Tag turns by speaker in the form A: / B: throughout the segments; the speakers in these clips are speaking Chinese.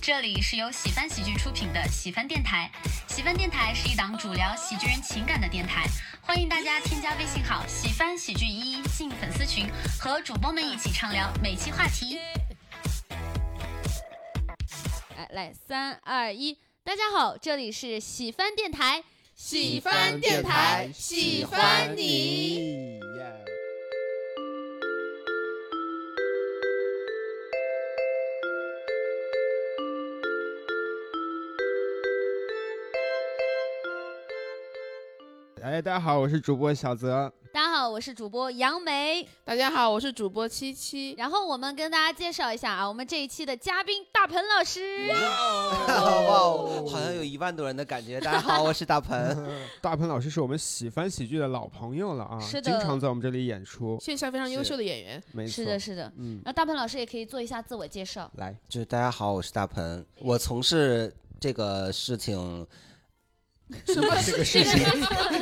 A: 这里是由喜翻喜剧出品的喜翻电台。喜翻电台是一档主聊喜剧人情感的电台，欢迎大家添加微信号“喜翻喜剧一”进粉丝群，和主播们一起畅聊每期话题。
B: 来来，三二一，大家好，这里是喜翻电台，
C: 喜欢电台喜欢你。
D: 哎，大家好，我是主播小泽。
B: 大家好，我是主播杨梅。
C: 大家好，我是主播七七。
B: 然后我们跟大家介绍一下啊，我们这一期的嘉宾大鹏老师。
E: 哦，好像有一万多人的感觉。大家好，我是大鹏。
D: 大鹏老师是我们喜翻喜剧的老朋友了啊，
B: 是的
D: 经常在我们这里演出。
C: 线下非常优秀的演员，
D: 没错，
B: 是的，是的。
D: 嗯，
B: 那大鹏老师也可以做一下自我介绍。
E: 来，就是大家好，我是大鹏。我从事这个事情，
C: 什么事情？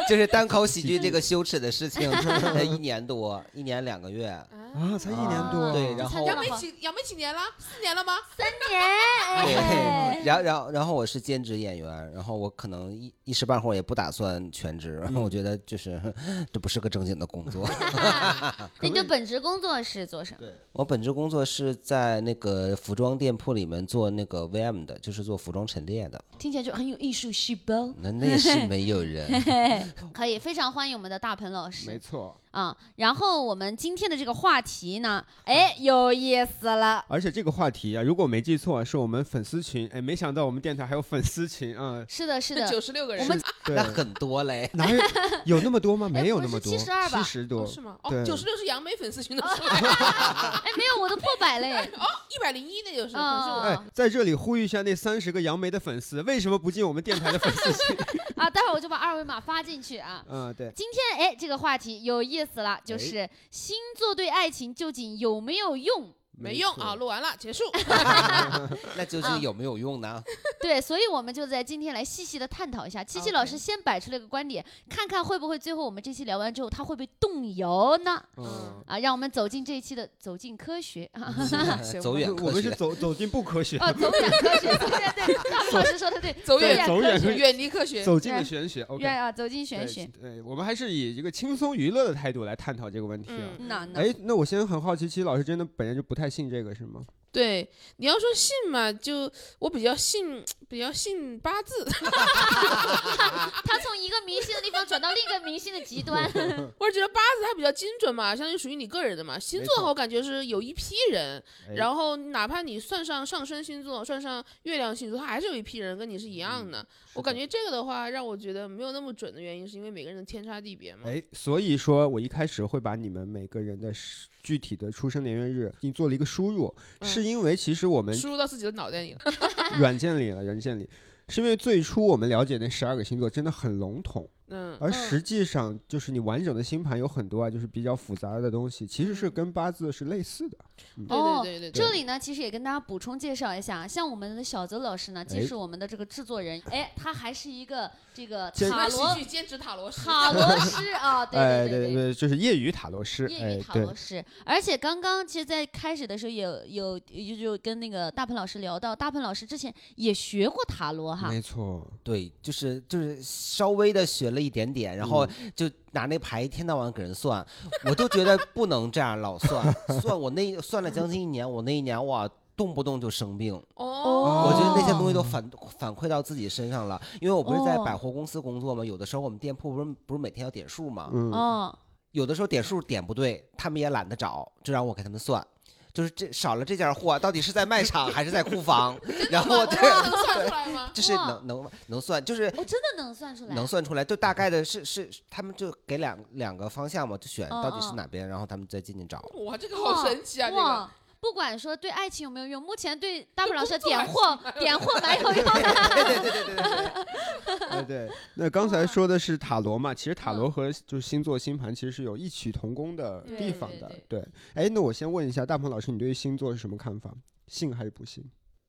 E: 就是单口喜剧这个羞耻的 事情，呃一年多，一年两个月。
D: 啊，才一年多，
B: 啊
E: 对然后
B: 参加
C: 杨
B: 了
C: 梅
B: 好
C: 几杨梅几年了？四年了吗？
B: 三年，哎
E: 对，然后然后然后我是兼职演员，然后我可能一一时半会儿也不打算全职，然后我觉得就是 这不是个正经的工作。
B: 那你的本职工作是做什么？
E: 我本职工作是在那个服装店铺里面做那个 VM 的，就是做服装陈列的。
B: 听起来就很有艺术细胞。
E: 那那也是没有人。
B: 可以，非常欢迎我们的大鹏老
D: 没
B: 师
D: 错。
B: 啊、然后我们今天的这个话题呢，
D: 嗯
B: 哎，有意思了。
D: 而且这个话题啊，如果我没记错，是我们粉丝群。哎，没想到我们电台还有粉丝群啊。
B: 是的，是的，
C: 九十六个人，
B: 我们
D: 对。
E: 那，很多嘞
D: 哪有有那么多 吗？
B: 哎
D: 没有
B: 不
D: 那
B: 是
D: 么多，
B: 72吧
D: 十
C: 哦
D: 多。
C: 是吗？哦，
D: 对
C: 九十六是杨梅粉丝群的数量，
B: 哎，没有，我都破百嘞。
C: 一百零一那就是。
B: 哦
D: 哎，在这里呼吁一下那三十个杨梅的粉丝，为什么不进我们电台的粉丝 群？
B: 啊，待会儿我就把二维码发进去啊。
D: 嗯，对，
B: 今天哎，这个话题有意思了，就是星座对爱情究竟有没有用？
C: 没用啊，
D: 错。
C: 录完了，结 束。
E: 那究竟有没有用呢？
B: 对，所以我们就在今天来细细的探讨一下。七七
C: OK
B: 老师先摆出了一个观点，看看会不会最后我们这期聊完之后，他会不会动摇呢？
D: 嗯，
B: 啊，让我们走进这一期的走进科学啊。
C: 行
E: 走远
D: 我
E: 科
D: 们是
E: 学。
D: 走走进不科学，
B: 哦，走远科学，走远对，大鹏老师说的对，
C: 走
B: 远
C: 远
D: 走
B: 科
D: 远
B: 学
D: 科
C: 远离科学。
D: 走进了
B: 对
D: 玄学。OK，
B: 远啊，走进
D: 对
B: 玄学。
D: 对，我们还是以一个轻松娱乐的态度来探讨这个问题啊。
C: 嗯，
B: 那那
D: 哎，那我现在很好奇，其实老师真的本人就不太信这个是吗？
C: 对，你要说信嘛，就我比较信，比较信八字，
B: 他从一个迷信的地方转到另一个迷信的极端，
C: 我是觉得八字它比较精准嘛，相当于属于你个人的嘛。星座
D: 没
C: 的话，
D: 错
C: 我感觉是有一批人，
D: 哎
C: 然后哪怕你算上上升星座，算上月亮星座，它还是有一批人跟你是一样的。我感觉这个的话，让我觉得没有那么准的原因，是因为每个人的天差地
B: 嗯
C: 别嘛。
D: 哎，所以说我一开始会把你们每个人的是具体的出生年月日你做了一个输入，
C: 嗯
D: 是因为其实我们
C: 输入到自己的脑袋里了。
D: 软件里了，软件里。是因为最初我们了解那十二个星座真的很笼统，
C: 嗯，
D: 而
B: 嗯
D: 实际上就是你完整的星盘有很多啊，就是比较复杂的东西，其实是
B: 嗯
D: 跟八字是类似的。
C: 对
B: 哦
C: 对对对
B: 这
C: 对。
B: 里呢，其实也跟大家补充介绍一下，像我们的小泽老师呢，既
D: 哎
B: 是我们的这个制作人，哎，他还是一个这个
D: 兼
B: 塔
C: 那
B: 罗
C: 喜剧兼职塔罗师，
B: 塔罗师啊，对
D: 哎，
B: 对
D: 对，就是业余塔罗师，
B: 业
D: 哎
B: 余，塔
D: 对
B: 罗，师，而且刚刚其实，在开始的时候有有有有跟那个大鹏老师聊到，大鹏老师之前也学过塔罗哈，哦
D: 没错，
E: 对，就是就是稍微的学了一点点，然后就拿那牌一天到晚给人算，我就觉得不能这样老算，算我那算了将近一年，我那一年哇。动不动就生病，
C: 哦
E: 我觉得那些
B: 哦
E: 东西都反反馈到自己身上了。因为我不是在
B: 哦
E: 百货公司工作嘛，有的时候我们店铺不是不是每天要点数嘛，
D: 嗯，
B: 哦，
E: 有的时候点数点不对，他们也懒得找，就让我给他们算。就是这少了这件货，到底是在卖场还是在 库房？然后
C: 这
E: 哦对，
C: 能算出来吗？
E: 就是
B: 哇
E: 能能能算，就是
B: 我哦真的能算出来，
E: 能算出来，就大概的是是他们就给两两个方向嘛，就选
B: 嗯
E: 到底是
B: 嗯
E: 哪边，然后他们再进去找。
C: 哇，这个好神奇啊！这个
B: 哇，不管说对爱情有没有用，目前对大鹏老师
C: 对工作
B: 点
C: 还
B: 货点货蛮有用的，
E: 对对对对对，
D: 哎，对，那刚才说的是塔罗嘛，其实塔
B: 嗯
D: 罗和就是星座星盘其实是有异曲同工的
B: 对
D: 地
B: 对
D: 方的。
B: 对
D: 对，哎，那我先问一下大鹏老师，你对于星座是什么看法？信还是不信？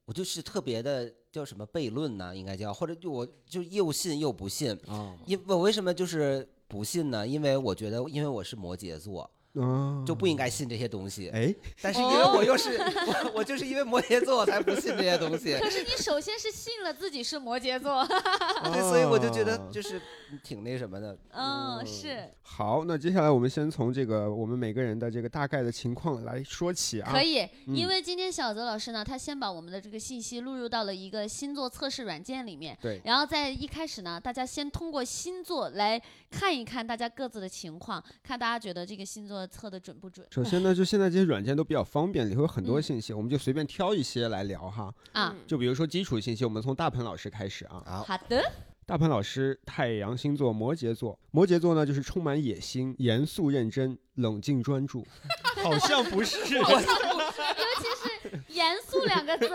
E: 我就是特别的叫什么悖论呢、应该叫，或者就我就又信又不信。
D: 啊、
E: 因我为什么就是不信呢？因为我觉得，因为我是摩羯座，
D: 嗯，
E: 就不应该信这些东西。
D: 哎，
E: 但是因为我又是 我，我就是因为摩羯座，我才不信这些东 西，
B: 可是你首先是信了自己是摩羯座，
E: 对，所以我就觉得
D: 哦
E: 就是挺那什么的。
B: 嗯，是
D: 好，那接下来我们先从这个我们每个人的这个大概的情况来说起啊。
B: 可以，
D: 嗯
B: 因为今天小泽老师呢，他先把我们的这个信息录入到了一个星座测试软件里面，
D: 对，
B: 然后在一开始呢，大家先通过星座来看一看大家各自的情况，看大家觉得这个星座测的准不准
D: 首先呢，就现在这些软件都比较方便，里头有很多
B: 嗯
D: 信息，我们就随便挑一些来聊哈。
B: 啊？
C: 嗯
D: 就比如说基础信息，我们从大鹏老师开始啊。
E: 好，
B: 好的，
D: 大鹏老师，太阳星座摩羯座，摩羯座呢就是充满野心、严肃认真、冷静专注，
F: 好像不 是
B: 严肃两个字，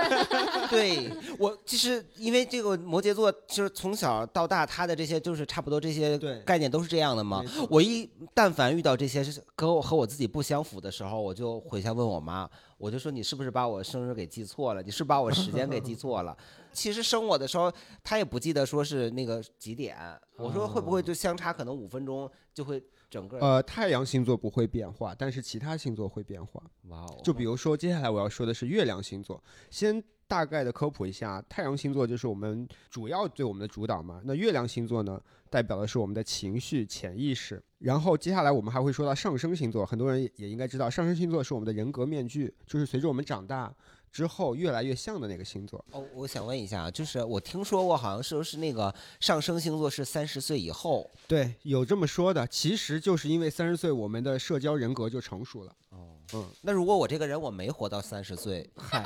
E: 对我其实因为这个摩羯座，就是从小到大他的这些就是差不多这些
D: 对
E: 概念都是这样的嘛
D: 没错。
E: 我一但凡遇到这些是跟我和我自己不相符的时候，我就回家问我妈，我就说你是不是把我生日给记错了？你是不是把我时间给记 错了？其实生我的时候，她也不记得说是那个几点。我说会不会就相差可能五分钟就会整个？
D: 呃，太阳星座不会变化，但是其他星座会变化。
E: 哇哦
D: 就比如说，接下来我要说的是月亮星座，先大概的科普一下，太阳星座就是我们主要对我们的主导嘛。那月亮星座呢，代表的是我们的情绪、潜意识。然后接下来我们还会说到上升星座，很多人也也应该知道，上升星座是我们的人格面具，就是随着我们长大之后越来越像的那个星座。
E: 哦，我想问一下啊，就是我听说过，好像是是那个上升星座是三十岁以后。
D: 对，有这么说的，其实就是因为三十岁我们的社交人格就成熟了。
E: 哦，
D: 嗯，
E: 那如果我这个人我没活到三十岁， 嗨，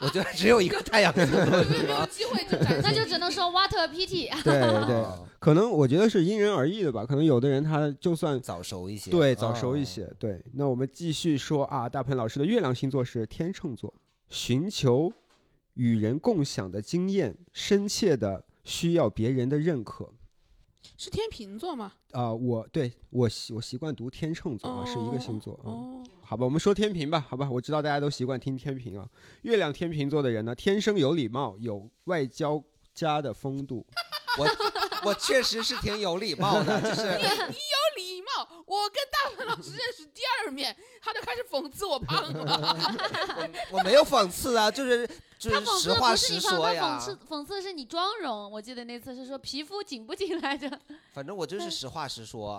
E: 我觉得只有一个太阳星座
C: 因为
E: 是
C: 没有
E: 吗？
C: 机会就展
B: 那
C: 现
B: 就只能说 what a pity。啊
D: 对对，
E: 哦
D: 可能我觉得是因人而异的吧，可能有的人他就算
E: 早熟一些，
D: 对，早熟一
E: 哦
D: 些。对，那我们继续说啊，大鹏老师的月亮星座是天秤座，寻求与人共享的经验，深切的需要别人的认可。
C: 是天秤座嘛？
D: 啊、我对我习我习惯读天秤座啊，是一个星座。嗯，
C: 哦，
D: 好吧，我们说天平吧，好吧，我知道大家都习惯听天平啊。月亮天平座的人呢，天生有礼貌，有外交家的风度。
E: 我我确实是挺有礼貌的，就是
C: 有礼貌。我跟大文老师认识第二面，他就开始讽刺我胖 了。
E: 我没有讽刺啊，就是就
B: 他
E: 是
B: 讽刺
E: 实
B: 的
E: 话
B: 不是
E: 实
B: 你胖，
E: 说
B: 他
E: 呀
B: 讽。刺讽刺的是你妆容。我记得那次是说皮肤紧不紧来着？
E: 反正我就是实话实说，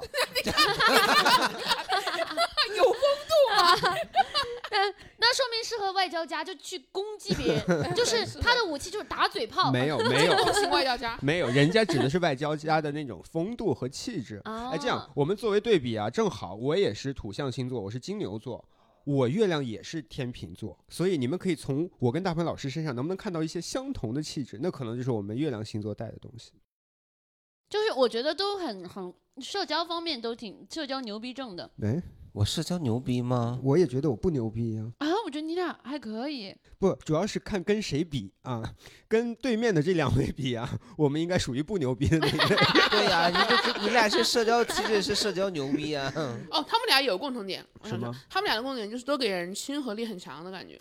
B: 那说明适合外交家，就去攻击别人，就是他的武器就是打嘴炮。
D: 没有，没有，
C: 不行，外交家。
D: 没有，人家指的是外交家的那种风度和气质。
B: 啊，
D: 哎，这样我们作为对比啊，正好我也是土象星座，我是金牛座，我月亮也是天秤座，所以你们可以从我跟大鹏老师身上能不能看到一些相同的气质？那可能就是我们月亮星座带的东西。
B: 就是我觉得都很很社交方面都挺社交牛逼症的
D: 哎，
E: 我社交牛逼吗？
D: 我也觉得我不牛逼呀、
B: 啊，我觉得你俩还可以。
D: 不，主要是看跟谁比啊，跟对面的这两位比啊，我们应该属于不牛逼的那一类。
E: 对呀、你这你俩是社交，其实是社交牛逼啊。
C: 哦，他们俩有共同点，我
D: 什
C: 想
D: 么
C: 说，他们俩的共同点就是都给人亲和力很强的感觉，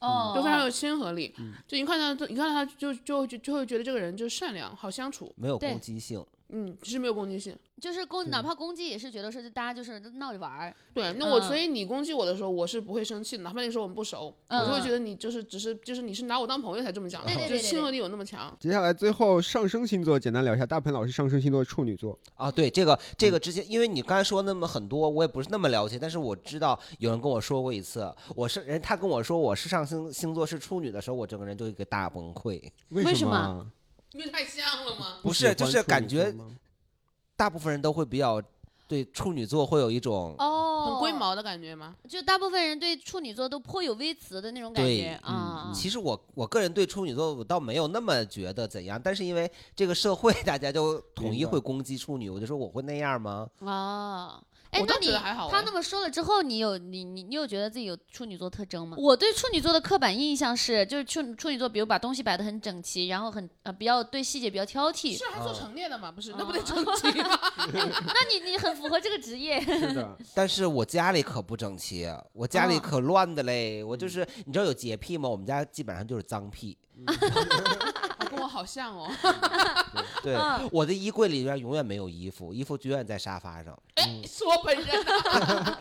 B: 哦，
C: 都非常有亲和力。
D: 嗯
C: 就一看到，一看到他就就就就会觉得这个人就善良，好相处，
E: 没有
B: 对
E: 攻击性，
C: 嗯，只是没有攻击性。
B: 就是攻，哪怕攻击也是觉得是大家就是闹着玩儿。
C: 对，那我、
B: 嗯
C: 所以你攻击我的时候，我是不会生气的，哪怕那个时候我们不熟，我就会
B: 嗯
C: 觉得你就是只是就是你是拿我当朋友才这么讲的，
B: 对对对
C: 就是
B: 对
C: 亲
B: 对
C: 和力有那么强。
D: 接下来最后上升星座简单聊一下，大鹏老师上升星座处女座，
E: 啊，对这个这个之前，因为你刚才说那么很多，我也不是那么了解，但是我知道有人跟我说过一次，我是人，他跟我说我是上升星座是处女的时候，我整个人就一个大崩溃。
B: 为什
D: 什
B: 么
D: 啊？
C: 因为太像了吗？
E: 不
D: 喜
E: 是就
D: 欢
E: 是
D: 处
E: 感
D: 女座
E: 觉
D: 吗
E: 大部分人都会比较对处女座会有一种
B: 哦，
C: 很龟，毛的感觉吗？
B: 就大部分人对处女座都颇有微词的那种感觉
E: 对
B: 啊。
C: 嗯
E: 其实我我个人对处女座我倒没有那么觉得怎样，但是因为这个社会大家就统一
D: 明白
E: 会攻击处女，我就说我会那样吗？
B: 哦，哎
C: 嗯我，
B: 那
C: 倒觉
B: 你
C: 得还好
B: 他
C: 哎
B: 那么说了之后，你有你你你有觉得自己有处女座特征吗？我对处女座的刻板印象是，就是处处女座，比如把东西摆得很整齐，然后很呃比较对细节比较挑剔。
C: 是还做
E: 啊
C: 陈列的嘛？不是，
B: 啊
C: 那不得整齐吗？
B: 那你你很符合这个职业
D: 是的，
E: 但是我家里可不整齐，我家里
B: 啊
E: 可嗯乱的嘞，我就是你知道有洁癖吗？我们家基本上就是脏癖。
C: 跟我好像 哦。
E: 对，
B: 嗯
E: 我的衣柜里边永远没有衣服，衣服永远在沙发上。
C: 哎，是我本人 啊。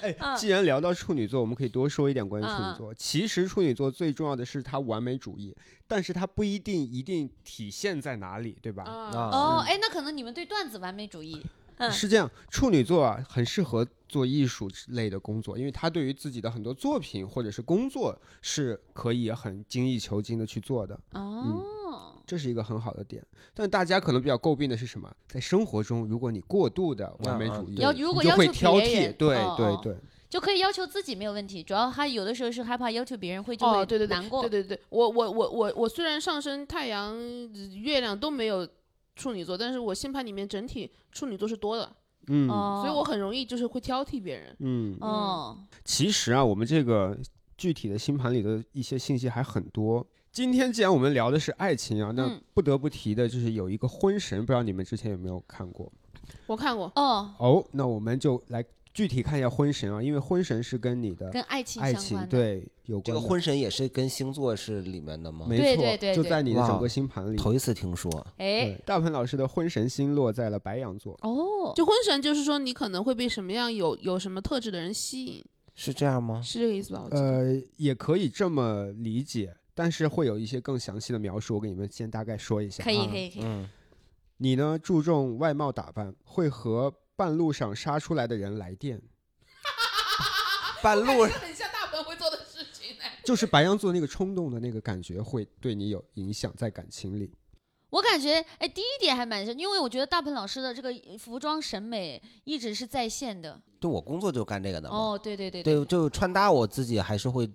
D: 哎，
B: 嗯
D: 既然聊到处女座，我们可以多说一点关于处
B: 嗯嗯
D: 女座。其实处女座最重要的是它完美主义，但是它不一定一定体现在哪里，对吧？
C: 啊
E: 啊
B: 哦，哎，那可能你们对段子完美主 义，嗯
D: 是这样，处女座啊，很适合做艺术之类的工作，因为他对于自己的很多作品或者是工作是可以很精益求精的去做的，嗯
B: 哦，
D: 这是一个很好的点。但大家可能比较诟病的是什么？在生活中，如果你过度的完美
E: 啊啊
D: 主义，
E: 对
B: 要如果
D: 你就
B: 要
D: 会
B: 求
D: 挑
B: 别
D: 剔
B: 人，，
D: 对
B: 哦
D: 对
B: 哦
D: 对，
B: 就可以要求自己没有问题，主要他有的时候是害怕要求别人会就
C: 哦，
B: 会
C: 对对对，
B: 难过，
C: 对对对，我我我我我虽然上升太阳、呃月亮都没有处女座，但是我星盘里面整体处女座是多的，
D: 嗯
B: 哦，
C: 所以我很容易就是会挑剔别人。
D: 嗯。
B: 哦，
D: 其实啊，我们这个具体的星盘里的一些信息还很多。今天既然我们聊的是爱情啊，那
B: 嗯
D: 不得不提的就是有一个婚神，不知道你们之前有没有看过？
C: 我看过，
B: 哦，
D: 哦，那我们就来具体看一下婚神啊，因为婚神是跟你的
B: 跟爱情
D: 爱
B: 相
D: 情
B: 关的，
D: 对有
E: 这
D: 关
E: 个
D: 的。
E: 婚神也是跟星座是里面的吗？
D: 没
B: 对
D: 错，
B: 对对
D: 就
B: 对
D: 在你的整
E: 哇
D: 个星盘里。
E: 头一次听说。
B: 哎，
D: 对，大鹏老师的婚神星落在了白羊座。
B: 哦，
C: 就婚神就是说你可能会被什么样有有什么特质的人吸引，
E: 是这样吗？
C: 是这个意思吧？我记得。
D: 呃，也可以这么理解，但是会有一些更详细的描述，我给你们先大概说一下。
B: 可以
D: 啊
B: 可以可以，
E: 嗯，
D: 你呢注重外貌打扮，会和半路上杀出来的人来电，
E: 半 路上
C: 很像大鹏会做的事情呢。
D: 就是白羊座那个冲动的那个感觉，会对你有影响在感情里。
B: 我感觉，哎，第一点还蛮像，因为我觉得大鹏老师的这个服装审美一直是在线的。
E: 对我工作就干这个的嘛。
B: 哦，对对对
E: 对，就穿搭我自己还是会，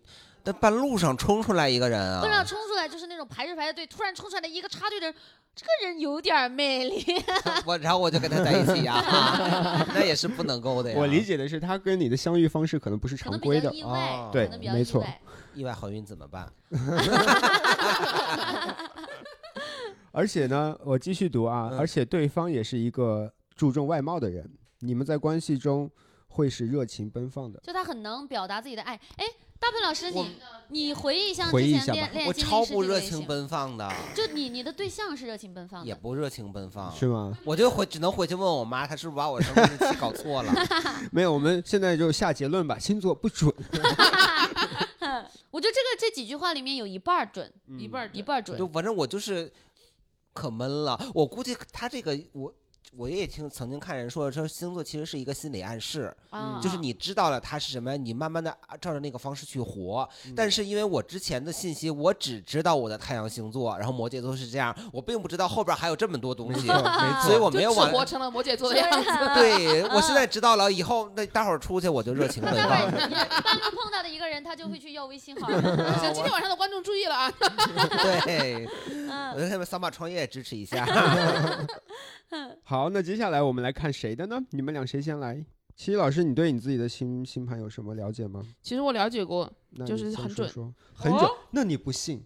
E: 但半路上冲出来一个人啊，
B: 不知道冲出来就是那种排着排着队，突然冲出来的一个插队的人，这个人有点魅力。
E: 我然后我就跟他在一起呀、啊那也是不能够的呀。
D: 我理解的是，他跟你的相遇方式可能不是
B: 可
D: 常
B: 能比
D: 规
B: 较
D: 的。
B: 意外
E: 哦，
D: 对
B: 可能比较
D: 没
B: 意
D: 错
B: 外。
E: 意外怀孕怎么办？
D: 而且呢，我继续读啊，
E: 嗯
D: 而且对方也是一个注重外貌的人，你们在关系中会是热情奔放的。
B: 就他很能表达自己的爱。哎，大鹏老师，
E: 我
B: 你你回忆一下
D: 回
B: 之
D: 忆一
B: 前
D: 下
B: 恋
D: 吧
B: 恋爱
E: 我
B: 经历
E: 超
B: 是
E: 不
B: 这个
E: 热
B: 类
E: 情
B: 型，嗯
E: 奔放的，
B: 就你你的对象是热情奔放
E: 也
B: 的，
E: 不热情奔放。
D: 是吗？
E: 我就回只能回去问我妈，她是不是把我生日期搞错了？
D: 没有，我们现在就下结论吧。星座不准，
B: 我觉得这个这几句话里面有一半儿准，
E: 嗯
C: 一半儿
B: 嗯一半儿准
E: 就。反正我就是可闷了。我估计她这个我。我也听曾经看人说，说星座其实是一个心理暗示，
B: 啊，
E: 嗯就是你知道了它是什么，你慢慢的照着那个方式去活。
B: 嗯
E: 但是因为我之前的信息，我只知道我的太阳星座，然后摩羯座是这样，我并不知道后边还有这么多东
D: 没
E: 西
D: 错，，
B: 啊
D: 没错。
E: 所以我没有往
C: 就活成了摩羯座的
B: 对
C: 样 子。
B: 啊
E: 对，我现在知道了，以后那待会儿出去我就热情奔
B: 待会
E: 放。
B: 儿你半路碰到的一个人，他就会去要微信号儿。
E: 嗯
C: 行，今天晚上的观众注意了啊！
E: 对，我
B: 嗯，
E: 就他们扫码创业支持一下。
D: 好，那接下来我们来看谁的呢？你们俩谁先来？七七老师，你对你自己的星星盘有什么了解吗？
C: 其实我了解过，
D: 那
C: 就
D: 你
C: 是
D: 先
C: 很
D: 说
C: 准
D: 说很
B: 哦
D: 准。那你不信？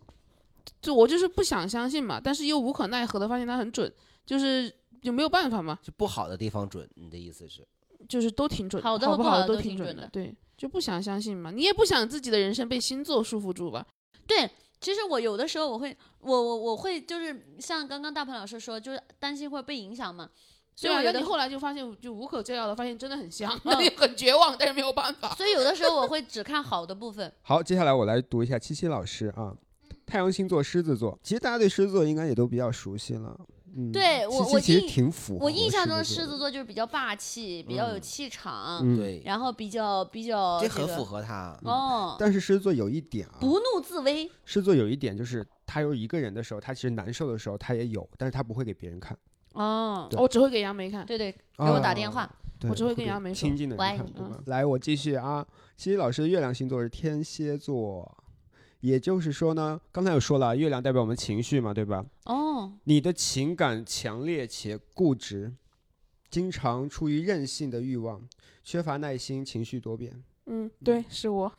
C: 就我就是不想相信嘛，但是又无可奈何的发现它很准，就是就没有办法嘛，
E: 就不好的地方准，你的意思是？
C: 就是都挺准的，
B: 好
C: 好
B: 的和
C: 不
B: 不好的
C: 的
B: 都
C: 挺
B: 挺准
C: 的
B: 的，
C: 对，就不想相信嘛，你也不想自己的人生被星座束缚住吧？
B: 对，其实我有的时候我会，我我我会就是像刚刚大鹏老师说，就是担心会被影响嘛，所
C: 对
B: 以
C: 啊，
B: 我
C: 那
B: 有
C: 你
B: 的。
C: 后来就发现就无可救药的，发现真的很像，
B: 嗯
C: 也很绝望，但是没有办 法。
B: 所以有的时候我会只看好的部分，
D: 好，接下来我来读一下七七老师啊，太阳星座狮子座。其实大家对狮子座应该也都比较熟悉了。嗯，
B: 对我
D: 七
B: 我
D: 七其实
B: 印
D: 挺符合
B: 我印象中狮
D: 狮座
B: 子
D: 的。
B: 座就是比较霸气，比较有气场，
D: 嗯，。
E: 对，
B: 然后比较比较、
E: 这
B: 这
E: 很
B: 个
E: 符合嗯他。啊
B: 哦，
D: 但是狮子座有一点啊，
B: 不怒自威，
D: 狮子座有一点就是，他有一个人的时候，他其实难受的时候他也有，但是他不会给别人看。
C: 嗯
B: 哦，
D: 对
C: 我只会给杨梅看，嗯
B: 对对，给我打电
D: 啊
B: 话，
D: 对
C: 我只会跟
D: 给
C: 杨梅说
D: 亲近的
B: 我爱
D: 人看，
B: 你
D: 对
C: 嗯
D: 吧？来，我继续啊。七七老师的月亮星座是天蝎座，也就是说呢，刚才有说了，月亮代表我们情绪嘛，对吧？
B: 哦，
D: 你的情感强烈且固执，经常出于任性的欲望，缺乏耐心，情绪多变。
C: 嗯，对，是我。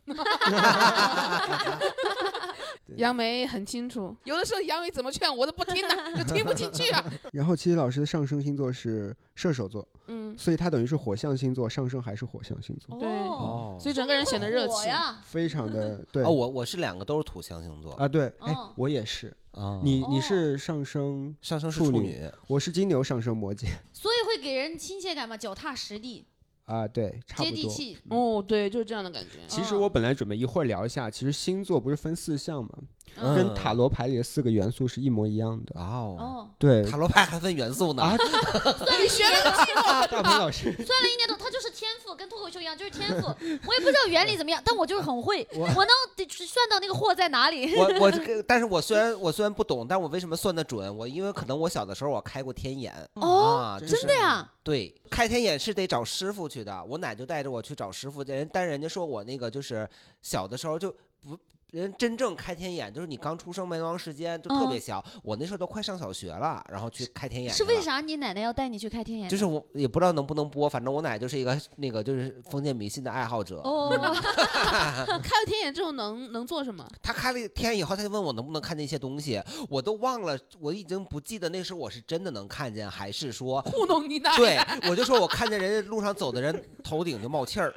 C: 杨梅很清 楚，有的时候杨梅怎么劝我都不听的，就听不进去 啊。
D: 然后七七老师的上升星座是射手座，
C: 嗯，
D: 所以他等于是火象星座，上升还是火象星座，
C: 对
B: 哦，
E: 哦
C: 所以整个人显得热
B: 火
C: 情。
B: 呀，
D: 非常的对
E: 哦，我我是两个都是土象星座
D: 啊对，哎
B: 哦，
D: 我也是，
E: 啊
D: 你
B: 哦
D: 你是上升，
E: 上升是
D: 处
E: 处
D: 女
E: 女，
D: 我是金牛上升摩羯
B: 所以会给人亲切感嘛，脚踏实地，
D: 啊，对，差
B: 接
D: 不
B: 地
D: 多。
B: 气。
C: 哦，对，就是这样的感觉。
D: 其实
B: 嗯
D: 我本来准备一会儿聊一下，其实星座不是分四象嘛，
B: 嗯
D: 跟塔罗牌里的四个元素是一模一样的。
E: 哦，
B: 哦，
D: 对，
E: 塔罗牌还分元素呢
D: 啊
B: 算了一年多，
D: 大鹏 老师，
B: 算了一年多，他就是天赋，跟脱口秀一样，就是天赋。我也不知道原理怎么样，但我就是很会，
D: 我
B: 我能得算到那个货在哪里。
E: 我我这个，但是我虽然我虽然不懂，但我为什么算得准？我因为可能我小的时候我开过天眼，
B: 哦，
E: 啊，
B: 真的呀，
E: 对，开天眼是得找师傅去的。我奶就带着我去找师傅，人但人家说我那个就是小的时候就不。人真正开天眼，就是你刚出生没多长时间，就特别
B: 嗯
E: 小。我那时候都快上小学了，然后去开天眼
B: 是
E: 去了
B: 为？啥你奶奶要带你去开天眼？
E: 就是我也不知道能不能播，反正我奶就是一个那个就是封建迷信的爱好者。
B: 哦，
C: 开了天眼之后能能做什么？
E: 他开了天以后，他就问我能不能看见一些东西，我都忘了，我已经不记得那时候我是真的能看见，还 是说，
C: 糊弄你奶
B: 哎
E: 对我就说我看见人家路上走的人头顶就冒气儿，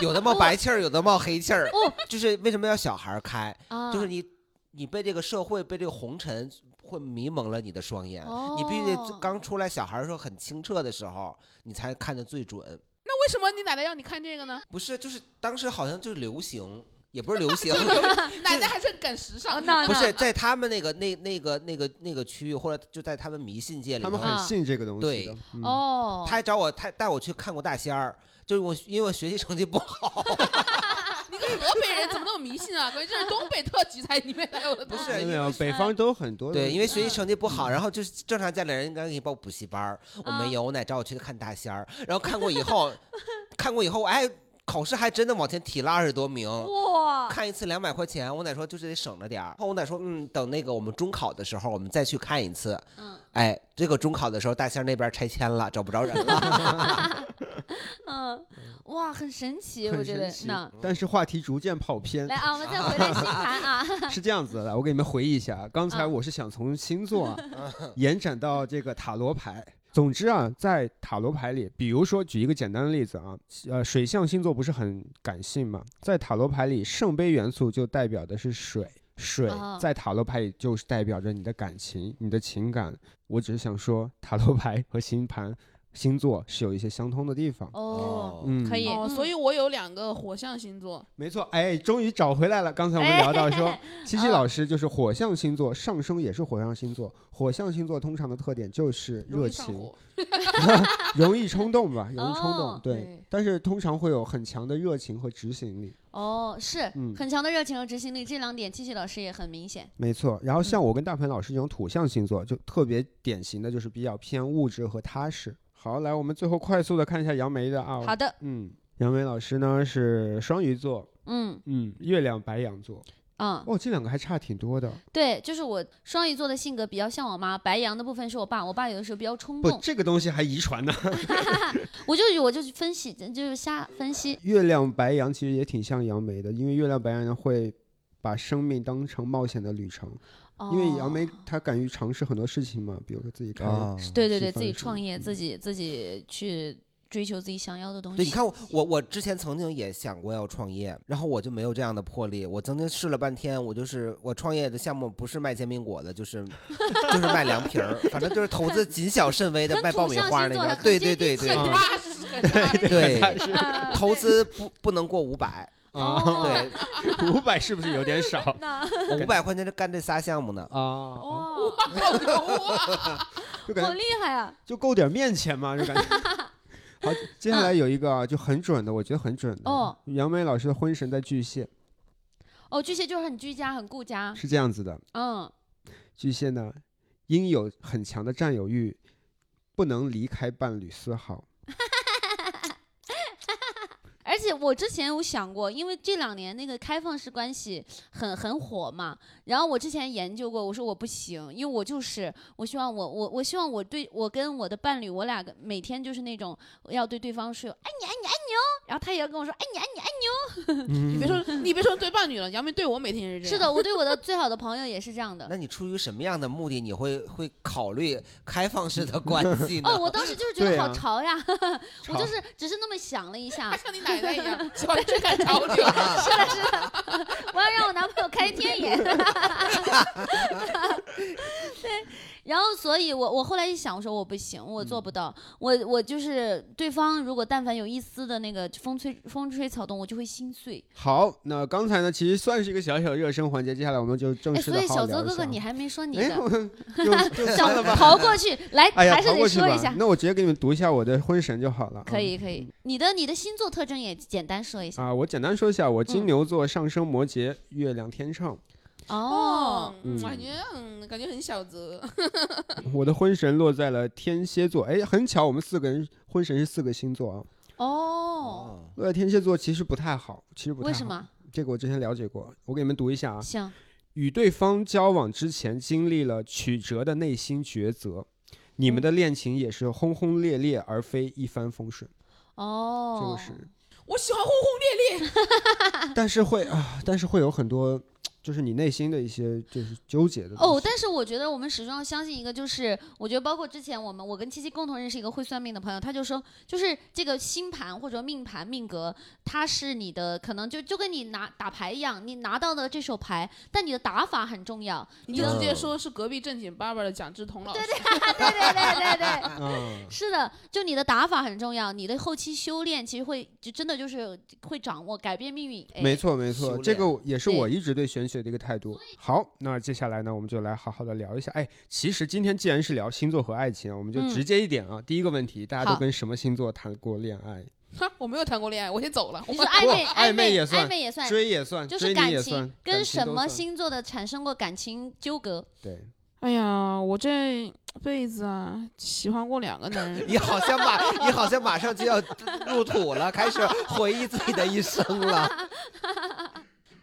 E: 有的冒白气儿，有的冒黑气儿，
B: 哦
E: 就是为什么要小孩儿开？
B: 啊，
E: 就是你，你被这个社会，被这个红尘会迷蒙了你的双眼，你必须
B: 哦
E: 得刚出来小孩儿的时候很清澈的时候，你才看得最准。
C: 那为什么你奶奶让你看这个 呢？
E: 不是，就是当时好像就是流行，也不是流行。
C: 奶奶还是很赶时
B: 啊
C: 尚的。
B: 那
E: 不
B: 那
E: 是在他们那个那那个那个那个区域，或者就在他们迷信界里
D: 他
E: 头，
D: 们很
B: 啊
D: 信这个东西
E: 对
D: 的。嗯，
B: 哦
E: 他，还找我，他带我去看过大仙儿，就是我因为我学习成绩不好，
C: 你个 河北人怎么那么迷信 啊？关键这是东北特级才里面才有的东西。
E: 不 是
D: 没有，北方都很多的
E: 对，因为学习成绩不
D: 嗯
E: 好，然后就是正常家里人应该给你报补习班儿，我
B: 啊
E: 没
B: 嗯
E: 有，我奶找我去看大仙儿，然后看过以后， 看过以后，哎，考试还真的往前提了二十多名。
B: 哇，
E: 看一次两百块钱，我奶说就是得省着点儿。然后我奶说，嗯，等那个我们中考的时候，我们再去看一次。
B: 嗯
E: 哎，这个中考的时候，大仙儿那边拆迁了，找不着人了。
B: 嗯，哇，很神奇，我
D: 很
B: 觉
D: 神
B: 得
D: 奇
B: 那。
D: 但是话题逐渐跑偏
B: 来，啊，我们再回来星盘啊，
D: 是这样子的，我给你们回忆一下，刚才
B: 啊
D: 我是想从星座 啊延展到这个塔罗牌。总之啊，在塔罗牌里，比如说举一个简单的例子啊，呃，水象星座不是很感性嘛，在塔罗牌里，圣杯元素就代表的是水，水
B: 哦
D: 在塔罗牌里就是代表着你的感情、你的情感。我只是想说，塔罗牌和星盘、星座是有一些相通的地方。
B: 哦，
D: 嗯，
B: 可以
C: 哦，
B: 嗯
C: 所以我有两个火象星座，
D: 没错，哎，终于找回来了。刚才我们聊到说，七七
B: 哦
D: 老师就是火象星座，上升也是火象星座。火象星座通常的特点就是
C: 容
D: 热
C: 易上
D: 情，
C: 火。
D: 容易冲动吧，容易冲
B: 哦
D: 动。对，
C: 对，
D: 但是通常会有很强的热情和执行力。
B: 哦，是
D: 嗯
B: 很强的热情和执行力，这两点七七老师也很明显。
D: 没错。然后像我跟大鹏老师这种土象星座，就特别典型的就是比较偏物质和踏实。好，来，我们最后快速的看一下杨梅的啊。
B: 好的，
D: 嗯，杨梅老师呢是双鱼座，
B: 嗯
D: 嗯，月亮白羊座。
B: 嗯，
D: 哦，这两个还差挺多的。
B: 对，就是我双鱼座的性格比较像我妈，白羊的部分是我爸，我爸有的时候比较冲
D: 不，
B: 动，
D: 这个东西还遗传呢。
B: 我就我就分析，就是瞎分析。
D: 月亮白羊其实也挺像杨梅的，因为月亮白羊呢会把生命当成冒险的旅程，
B: 哦、
D: 因为杨梅她敢于尝试很多事情嘛，比如说自己开，
E: 啊
B: 对对对，
D: 喜
B: 自
D: 欢
B: 己
D: 什么
B: 创业，自
D: 嗯
B: 己自己去追求自己想要的东西。
E: 对，你看我我我之前曾经也想过要创业，然后我就没有这样的魄力。我曾经试了半天，我就是我创业的项目不是卖煎饼果子，就是 就是卖凉皮儿，反正就是投资谨小慎微的
B: 跟
E: 卖爆
B: 土
E: 米
B: 象星
E: 花那
B: 座
E: 种
B: 很。
E: 对
B: 接
E: 对对
B: 地
E: 对
B: 气
C: 踏实很踏 实。
E: 对，
B: 啊
E: 投资不不能过五百，
B: 哦
E: 对，
D: 五百是不是有点 少
B: 那
E: 我五百块钱就干这仨项目呢。
D: 啊？
B: 哇，
D: 就
B: 好
D: 感觉
B: 厉害啊！
D: 就够点面钱嘛，就 感觉。好，接下来有一个啊，就很准的，我觉得很准的。
B: 哦，
D: 杨梅老师的婚神在巨蟹
B: 哦，巨蟹就是很居家，很顾家，
D: 是这样子的，
B: 嗯，
D: 巨蟹呢，因有很强的占有欲，不能离开伴侣丝 毫。
B: 而且我之前有想过，因为这两年那个开放式关系很很火嘛，然后我之前研究过，我说我不行，因为我就是我希望我我我希望我对我跟我的伴侣，我俩个每天就是那种要对对方说爱你爱你爱你哦，然后他也跟我说爱你爱你爱
C: 你
D: 嗯
C: 别说你别说对伴侣了，杨幂对我每天也
B: 你。
C: 是这
B: 是
C: 样。
B: 的，我对我的最好的朋友也是这样的。
E: 那你出于什么样的目的，你会会考虑开放式的关系呢？
B: 哦，我当时就是觉得
D: 对
B: 好
D: 啊
B: 潮呀， 我
D: 潮
B: 就是只是那么想了一下
C: 他，像你奶奶一 样，小真敢找你了。
B: 是的，是的， 我要让我男朋友开天 眼。对，然后所以我我后来一想，我说我不
D: 嗯
B: 行，我做不到，我我就是对方如果但凡有一丝的那个风吹风吹草动，我就会心碎。
D: 好，那刚才呢，其实算是一个小小的热身环节，接下来我们就正
B: 哎，
D: 式
B: 所
D: 的
B: 以
D: 好好
B: 小
D: 聊
B: 泽
D: 一
B: 哥哥，
D: 下
B: 你还没说你
D: 哎
B: 的，
D: 就 就算了
B: 想
D: 吧。
B: 逃过去，来
D: 哎呀，
B: 还是
D: 逃
B: 得
D: 过去
B: 说一
D: 吧
B: 下。。
D: 那嗯我直接给你们读一下我的婚神就好了。
B: 可以可以，你的你的星座特征也简单说一下。
D: 啊、我简单说一下，我金牛座上升摩羯，月亮天秤。
B: 哦
C: 哦，，
D: 嗯
C: 感觉嗯，感觉很小泽。
B: 嗯
D: 我的婚神落在了天蝎座，哎，很巧，我们四个人婚神是四个星座啊。
B: 哦，
E: 哦
D: 落在天蝎座其实不太好，其实不太好。
B: 为什？么？
D: 这个我之前了解过，我给你们读一下啊。
B: 行，
D: 与对方交往之前，经历了曲折的内心抉择，你们的恋情也是轰轰烈烈，而非一帆风顺。这
B: 哦
D: 个，是，
C: 我喜欢轰轰烈烈。
D: 但是会啊，但是会有很多，就是你内心的一些就是纠结的东
B: 哦
D: 西，
B: 但是我觉得我们始终要相信一个，就是我觉得包括之前我们我跟七七共同认识一个会算命的朋友，他就说，就是这个星盘或者命盘命格，它是你的可能就就跟你拿打牌一样，你拿到的这手牌，但你的打法很重要。
C: 你就
E: 嗯
C: 直接说是隔壁正经爸爸的蒋志彤老师。
B: 对对对对对对对，
D: 嗯，
B: 是的，就你的打法很重要，你的后期修炼其实会就真的就是会掌握改变命运。哎、
D: 嗯没错没
E: 修
D: 错，
E: 炼
D: 这个也是我
B: 对
D: 一直对玄学的一个态度。好，那接下来呢，我们就来好好的聊一下。哎，其实今天既然是聊星座和爱情，我们就
B: 嗯
D: 直接一点啊。第一个问题，大家
B: 好
D: 都跟什么星座谈过恋爱？
C: 哈， 我没有谈过恋爱，我先走了。
B: 你说暧昧
D: 不
B: 暧
D: 暧昧也算
B: 暧昧也算，
D: 追也算，
B: 就是
D: 追你
B: 感
D: 也
B: 情
D: 算，
B: 跟
D: 感情
B: 什
D: 都
B: 么
D: 算
B: 星座的产生过感情纠葛。
D: 对。
C: 哎呀，我这辈子啊，喜欢过两个男人。
E: 你好像马，你好像马上就要入土了，开始回忆自己的一生了。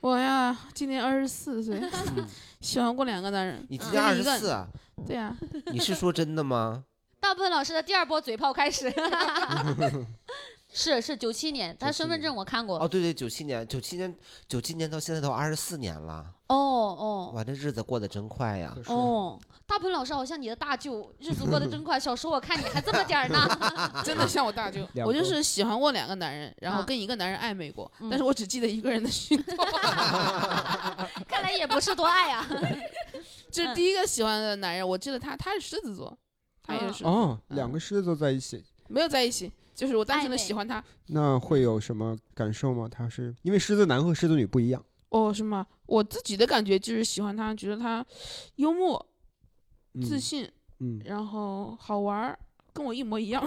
C: 我呀，今年二十四岁， 喜欢过两个男人。
E: 你今
C: 嗯
E: 年二
C: 一
E: 十
C: 个
E: 四，啊
C: 对呀、
B: 嗯
E: 你是说真的吗？
B: 大部分老师的第二波嘴炮开始，是是九七年，他身份证我看过。
E: 哦，
B: 哦
E: 对对，九七年，九七年，九七年到现在都二十四年了，
B: 哦
E: 哇，这日子过得真快呀！
D: 可是，
B: 哦，大鹏老师好像你的大舅，日子过得真快。小时候我看你还这么点儿呢。
C: 真的像我大舅
D: 两
C: 我就
D: 个
C: 是喜欢过两个男人，然后
B: 啊
C: 跟一个男人暧昧过，
B: 嗯
C: 但是我只记得一个人的讯 号。
B: 看来也不是多爱啊。
C: 就是第一个喜欢的男人，我记得他，他是狮子座，他也
B: 啊
C: 是、
D: 哦，两个狮子座在一起，
C: 没有在一起，就是我单纯的
B: 暧昧
C: 喜欢他。
D: 那会有什么感受吗？他是因为狮子男和狮子女不一样，
C: 哦，是吗？我自己的感觉就是喜欢他，觉得他幽默、
D: 嗯
C: 自信，
D: 嗯，
C: 然后好玩儿，跟我一模一样。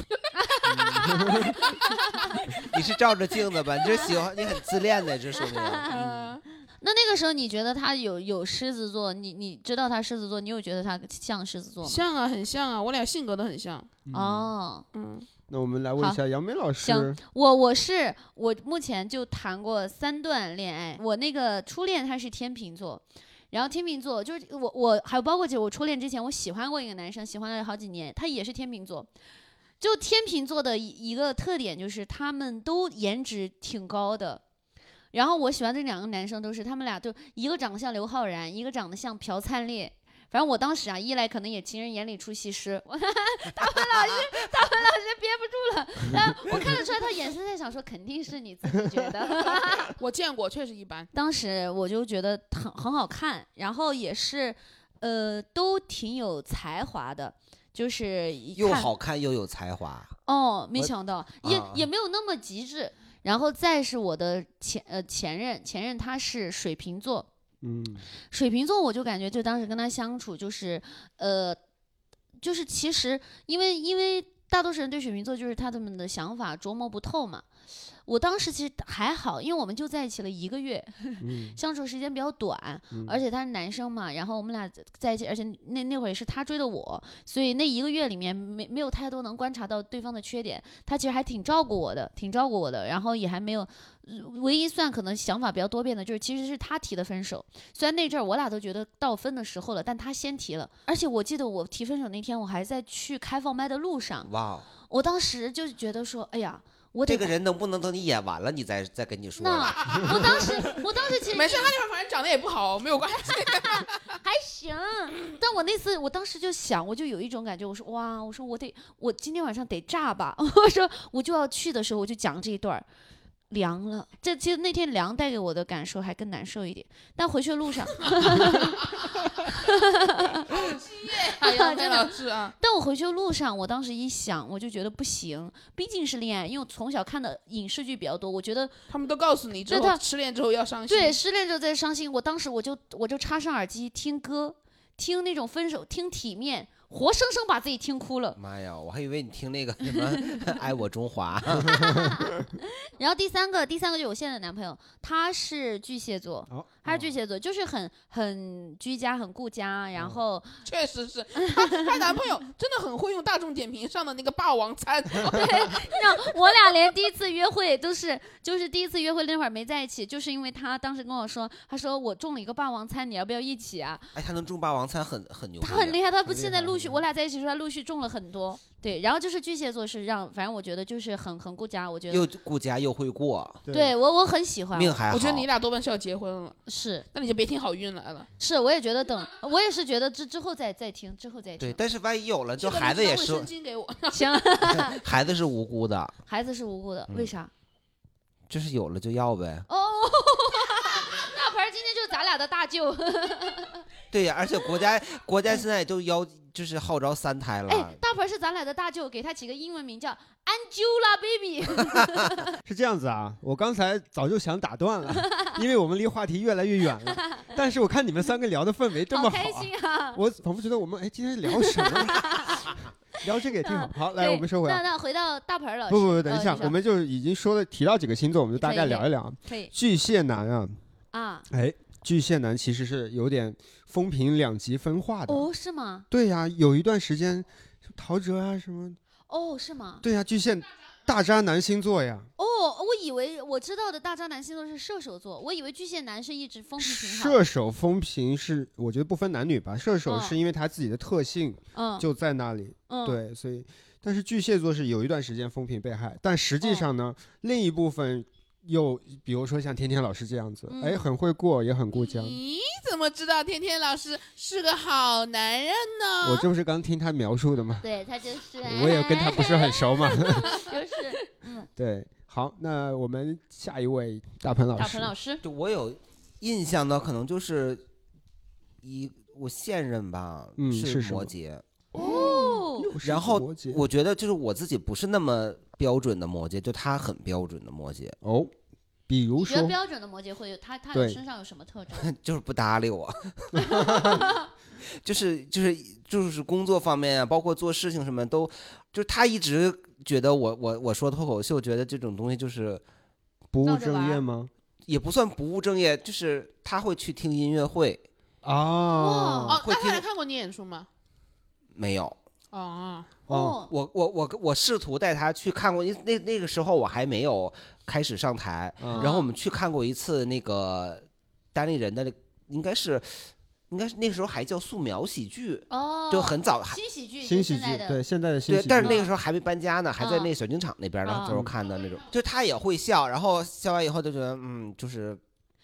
E: 你是照着镜子吧？你这喜欢，你很自恋的，这说明。 嗯
B: 那那个时候你觉得他有有狮子座，你你知道他狮子座，你有觉得他像狮子座吗？
C: 像啊，很像啊，我俩性格都很像。
B: 哦，
C: 嗯，
D: 那我们来问一下杨梅老师
B: 行，我我是我目前就谈过三段恋爱，我那个初恋他是天秤座。然后天秤座就是我，我还有包括姐，我初恋之前我喜欢过一个男生，喜欢了好几年，他也是天秤座。就天秤座的一一个特点就是他们都颜值挺高的，然后我喜欢的两个男生都是他们俩就一个长得像刘昊然，一个长得像朴灿烈。反正我当时啊，一来可能也情人眼里出西施，大鹏老师，大鹏老师憋不住但我看得出来，他眼神在想说，肯定是你自己觉得。
C: 我见过，确实一般。
B: 当时我就觉得很很好看，然后也是，呃，都挺有才华的，就是一
E: 又
B: 看
E: 好看又有才华，
B: 哦，没
E: 我
B: 想到也、
E: 啊
B: 也没有那么极致。然后再是我的前呃前任，前任他是水瓶座，
D: 嗯，
B: 水瓶座，我就感觉就当时跟他相处就是，呃，就是其实因为因为大多数人对水瓶座就是他们的想法琢磨不透嘛。我当时其实还好，因为我们就在一起了一个月，
D: 嗯
B: 相处时间比较短，
D: 嗯
B: 而且他是男生嘛，然后我们俩在一起，而且那那会儿是他追的我，所以那一个月里面没没有太多能观察到对方的缺点，他其实还挺照顾我的，挺照顾我的，然后也还没有，呃唯一算可能想法比较多变的就是其实是他提的分手，虽然那阵儿我俩都觉得到分的时候了，但他先提了，而且我记得我提分手那天我还在去开放麦的路上，
E: 哇哦！
B: 我当时就觉得说，哎呀，我得
E: 这个人能不能等你演完了，你再再跟你说
B: 那
E: 吧？
B: 我当时我当时其实
C: 没事，他那会儿反正长得也不好，没 有关系。
B: 还行，但我那次我当时就想，我就有一种感觉，我说哇，我说我得我今天晚上得炸吧， 我说我就要去的时候我就讲这一段儿。凉了，这其实那天凉带给我的感受还更难受一点。但回去的路上，
C: 哎 呀，
B: 真
C: 真
B: 的
C: 的是啊，
B: 但我回去的路上，我当时一想，我就觉得不行，毕竟是恋爱，因为我从小看的影视剧比较多，我觉得
C: 他们都告诉你之
B: 对他
C: 后失恋之后要伤心。
B: 对，失恋之后再伤心，我当时我就我就插上耳机听歌，听那种分手，听体面，活生生把自己听哭了。
E: 妈呀，我还以为你 听那个什么《爱我中华》
B: 然后第三个，第三个就是我现在的男朋友，他是巨蟹座，
D: 哦，
B: 他是巨蟹座，就是很很居家、很顾家，然后、
C: 确实是，她她男朋友真的很会用大众点评上的那个霸王 餐，
B: 那我俩连第一次约会都是，就是第一次约会那会儿没在一起，就是因为他当时跟我说，他说我中了一个霸王餐，你要不要一起啊？
E: 哎，他能中霸王餐很很牛逼
B: 他很
E: 啊，
B: 厉害，他不
D: 很厉
B: 现在
D: 害
B: 陆
D: 很
B: 续
D: 厉
B: 我俩在一起的时候，他陆续中了很多。对，然后就是巨蟹座是让，反正我觉得就是很很顾家，我觉得
E: 又顾家又会过，
B: 对我我很喜欢。
E: 命还好。
C: 我觉得你俩多半是要结婚了，
B: 是
C: 那你就别听好运来了。
B: 是，我也觉得等，我也是觉得之之后再再听，之后再
E: 对，
B: 听。
E: 但是万一有了，就
C: 这个
E: 孩子
C: 你
E: 也
C: 拿卫
E: 是
C: 生巾给我，
B: 行，
E: 孩子是无辜的，
B: 孩子是无辜的，为
E: 嗯
B: 啥？
E: 就是有了就要呗。
B: 哦，大盆儿今天就是咱俩的大 舅。
E: 对呀，而且国家国
C: 哎
E: 家现在都要就是号召三胎
B: 哎
D: 啊
E: 了，，
B: 大盆儿是咱俩的大舅，给他起个英文名叫 Angelababy。
D: 是这样子啊，我刚才早就想打断 了，因为我们离话题越来越远了。但是我看你们三个聊的氛围 这么好
B: 开
D: 啊，
B: 心啊！
D: 我仿佛觉得我们哎今天聊什么？ 聊这个也挺好。好，
B: 嗯
D: 来
B: 对
D: 我们收回
B: 那
D: 来。
B: 那回到大盆儿老师，
D: 不不不，等一
B: 呃
D: 下，
B: 你说
D: 我们就是已经说了提到几个星座，我们就大
B: 可以
D: 概
B: 可以
D: 聊一聊啊。
B: 可以
D: 巨蟹男啊，
B: 啊？
D: 哎，巨蟹男其实是有点风评两极分化的。
B: 哦，是吗？
D: 对呀、有一段时间，陶喆啊什么，
B: 哦，是吗？
D: 对呀、巨蟹大渣男星座呀，
B: 哦，我以为我知道的大渣男星座是射手座，我以为巨蟹男是一直风评挺好的。
D: 射手风评是我觉得不分男女吧，射手
B: 嗯
D: 是因为他自己的特性
B: 嗯，
D: 就在那里，
B: 嗯，
D: 对，所以但是巨蟹座是有一段时间风评被害，但实
B: 嗯
D: 际上呢，另一部分又比如说像天天老师这样子，哎，
B: 嗯
D: 很会过，也很顾家。
C: 你怎么知道天天老师是个好男人呢？
D: 我这不是刚听他描述的吗？
B: 对他就是。哎
D: 我也跟他不是很 熟嘛。
B: 就是嗯，
D: 对，好，那我们下一位大鹏老师，
B: 大盆老 师，
E: 就我有印象的可能就是一我现任吧，
D: 嗯是什
E: 摩
D: 么
E: 羯，
B: 哦，
D: 又是
E: 然后
D: 摩羯
E: 我觉得就是我自己不是那么标准的摩羯，就他很标准的摩羯，
D: 哦，比如
B: 你觉得
D: 说
B: 标准的摩羯会有他他
D: 对
B: 身上有什么特征？
E: 就是不搭理我， 就是就是就是工作方面啊，包括做事情什么都，就是他一直觉得我我我说脱口秀，觉得这种东西就是
D: 不务
B: 闹着玩
D: 正业
B: 儿
D: 吗？
E: 也不算不务正业，就是他会去听音乐会，
D: 啊
C: 哦，
E: 嗯会
C: 那他
E: 听
C: 来看过你演出吗？
E: 没有。
C: 哦，
D: 哦，
B: 哦，
E: 我我我我试图带他去看过，因为那那个时候我还没有开始上台，
D: 嗯
B: 哦
E: 然后我们去看过一次那个单立人的那，应该是应该是那个时候还叫素描喜剧，
B: 哦，
E: 就很早还。
B: 新喜剧，
D: 新
B: 就
D: 喜
B: 现在
D: 剧
B: 的
D: 对现在的新
E: 对
D: 喜，剧，
E: 但是那个时候还没搬家呢，还在
B: 嗯
E: 那小剧场那边呢，
B: 嗯
E: 就是看的那种。就他也会笑，然后笑完以后就觉得，嗯，就是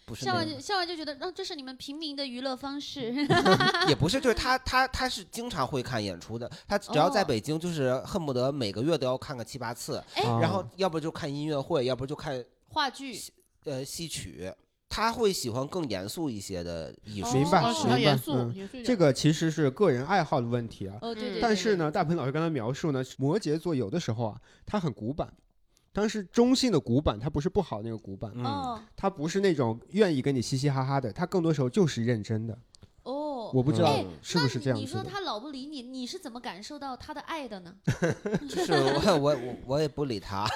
E: 不是
B: 笑
E: 那
B: 完
E: 个
B: 就，笑完就觉得，那、这是你们平民的娱乐方 式。
E: 也不是，就是他他他是经常会看演出的，他只要在
B: 哦
E: 北京，就是恨不得每个月都要看个七八次，
B: 哎
D: 啊
E: 然后要不就看音乐会，要不就看
B: 话剧
E: 呃戏曲，他会喜欢更严肃一些的艺术。
B: 明白
C: 哦，喜欢
D: 明
C: 严
D: 白
C: 肃，
D: 嗯
C: 严肃一点
D: 这个其实是个人爱好的问题啊。
B: 哦，
C: 嗯
B: 对对对
D: 但是，呢，大鹏老师刚才描述呢，摩羯座有的时候啊，他很古板，但是中性的古板，他不是不好那个古板，
B: 对
E: 嗯，
B: 哦
D: 他不是那种愿意跟你嘻嘻哈哈的，他更多时候就是认真的。
B: 哦，
D: 我不知道
E: 哎
D: 是不是
B: 那
D: 这样
B: 你
D: 子
B: 说
D: 的。
B: 他老不理你，你是怎么感受到他的爱的呢？
E: 嗯就是我我我我也不理他，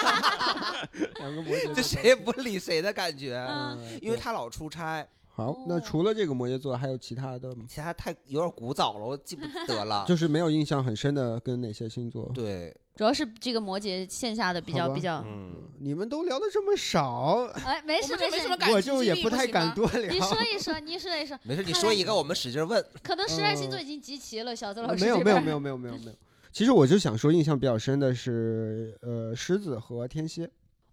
D: 两个摩羯
E: 就谁也不理谁的感觉，
B: 啊，
D: 嗯
E: 因为他老出差，
D: 好，那
B: 哦
D: 除了这个摩羯座，还有其他的吗？
E: 其他太有点古早了，我记不得了。
D: 就是没有印象很深的跟哪些星座？
E: 对，
B: 主要是这个摩羯线下的比
D: 好
B: 较
D: 吧
B: 比较，
E: 嗯，
D: 你们都聊的这么少，
B: 哎，没
C: 我
B: 事
C: 们就没
B: 事
C: 什么，感
D: 我
C: 情
D: 就
C: 经
D: 也
C: 历
D: 不
C: 不
D: 太
C: 行
D: 敢
C: 吗
D: 多聊。
B: 你说 一说，你说一说，
E: 没事，你
B: 看
E: 说
B: 来
E: 一个，我们使劲问。
B: 可能十二星座
D: 嗯
B: 已经集齐了，小泽老师
D: 没有
B: 这
D: 没有
B: 边
D: 没有没有没有没有，其实我就想说，印象比较深的是，呃，狮子和天蝎。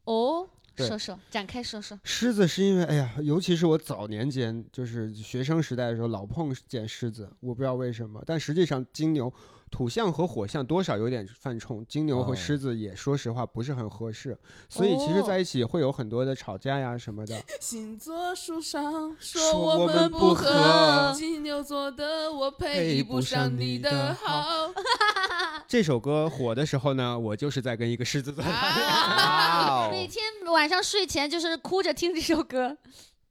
B: 哦，
D: 对
B: 说说，展开说说。
D: 狮子是因为，哎呀，尤其是我早年间，就是学生时代的时候，老碰见狮子，我不知道为什么。但实际上，金牛、土象和火象多少有点犯冲，金牛和
E: 哦
D: 狮子也说实话不是很合适，所以其实
B: 哦
D: 在一起会有很多的吵架呀什么的。
C: 星座书上
D: 说
C: 说我
D: 我们
C: 们
D: 不
C: 不
D: 合
C: 合，金牛座的我配不上你的好。
B: 啊
D: 这首歌火的时候呢，我就是在跟一个狮子座谈恋爱。
B: 啊
C: 啊
E: 哇
B: 每
E: 哦，
B: 天晚上睡前就是哭着听这首歌，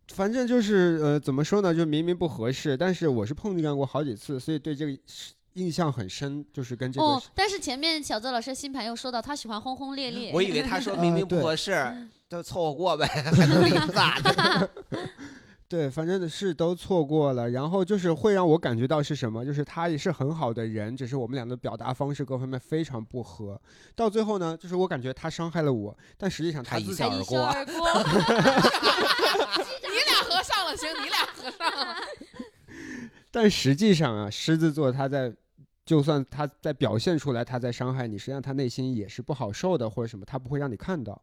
D: 反正就是呃，怎么说呢，就明明不合适，但是我是碰见过好几次，所以对这个是印象很深，就是跟这个
B: 哦
D: 是。
B: 但是前面小泽老师星盘又说到，他喜欢轰轰烈烈。
E: 我以为他 说
D: 呃
E: 明明不
D: 对
E: 合适，就凑合过呗，还能离 咋的？
D: 对，反正是都错过了，然后就是会让我感觉到是什么，就是他也是很好的人，只是我们俩的表达方式各方面非常不合，到最后呢，就是我感觉他伤害了我，但实际上
E: 他
D: 他
E: 一
D: 自己
E: 笑而
B: 一
E: 过
B: 笑而过，
C: 你俩合上了，行，你俩合上了。
D: 但实际上啊，狮子座他在，就算他在表现出来他在伤害你，实际上他内心也是不好受的，或者什么，他不会让你看到。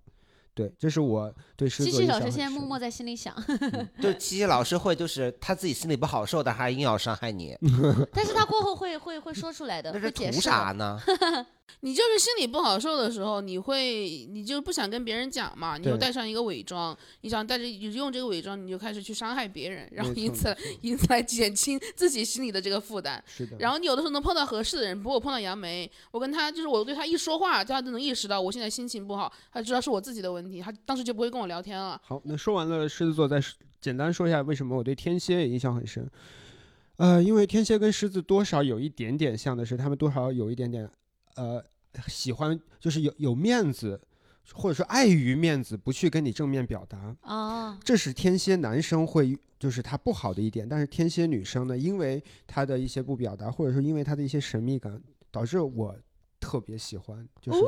D: 对，这是我对狮
B: 七
D: 子座
B: 七
D: 印象
B: 老师
D: 很
B: 现在
D: 深
B: 默默在心里 想，
E: 就七七老师会，就是他自己心里不好受的，还硬要伤害你，
B: 但是他过后会会会说出来的，
E: 那
B: 嗯会
E: 是
B: 解
E: 图
B: 释的。
E: 啥 呢？
C: 你就是心里不好受的时候，你会，你就不想跟别人讲嘛，你就
D: 对
C: 带上一个伪装，你想带着用这个伪装，你就开始去伤害别人，然后
D: 没
C: 因
D: 错
C: 此
D: 没错
C: 因此来减轻自己心里的这个负担。
D: 是的，
C: 然后你有的时候能碰到合适的人，比如我碰到杨梅，我跟她就是我对她一说话，她就能意识到我现在心情不好，她知道是我自己的问题，她当时就不会跟我聊天了。
D: 好，那说完了狮子座，再说简单说一下为什么我对天蝎也印象很深。呃，因为天蝎跟狮子多少有一点点像的是，他们多少有一点点呃喜欢，就是有有面子，或者说碍于面子不去跟你正面表达，
B: 哦，
D: 这是天蝎男生会就是他不好的一点。但是天蝎女生呢，因为她的一些不表达，或者说因为她的一些神秘感，导致我特别喜欢，
B: 哦
D: 就是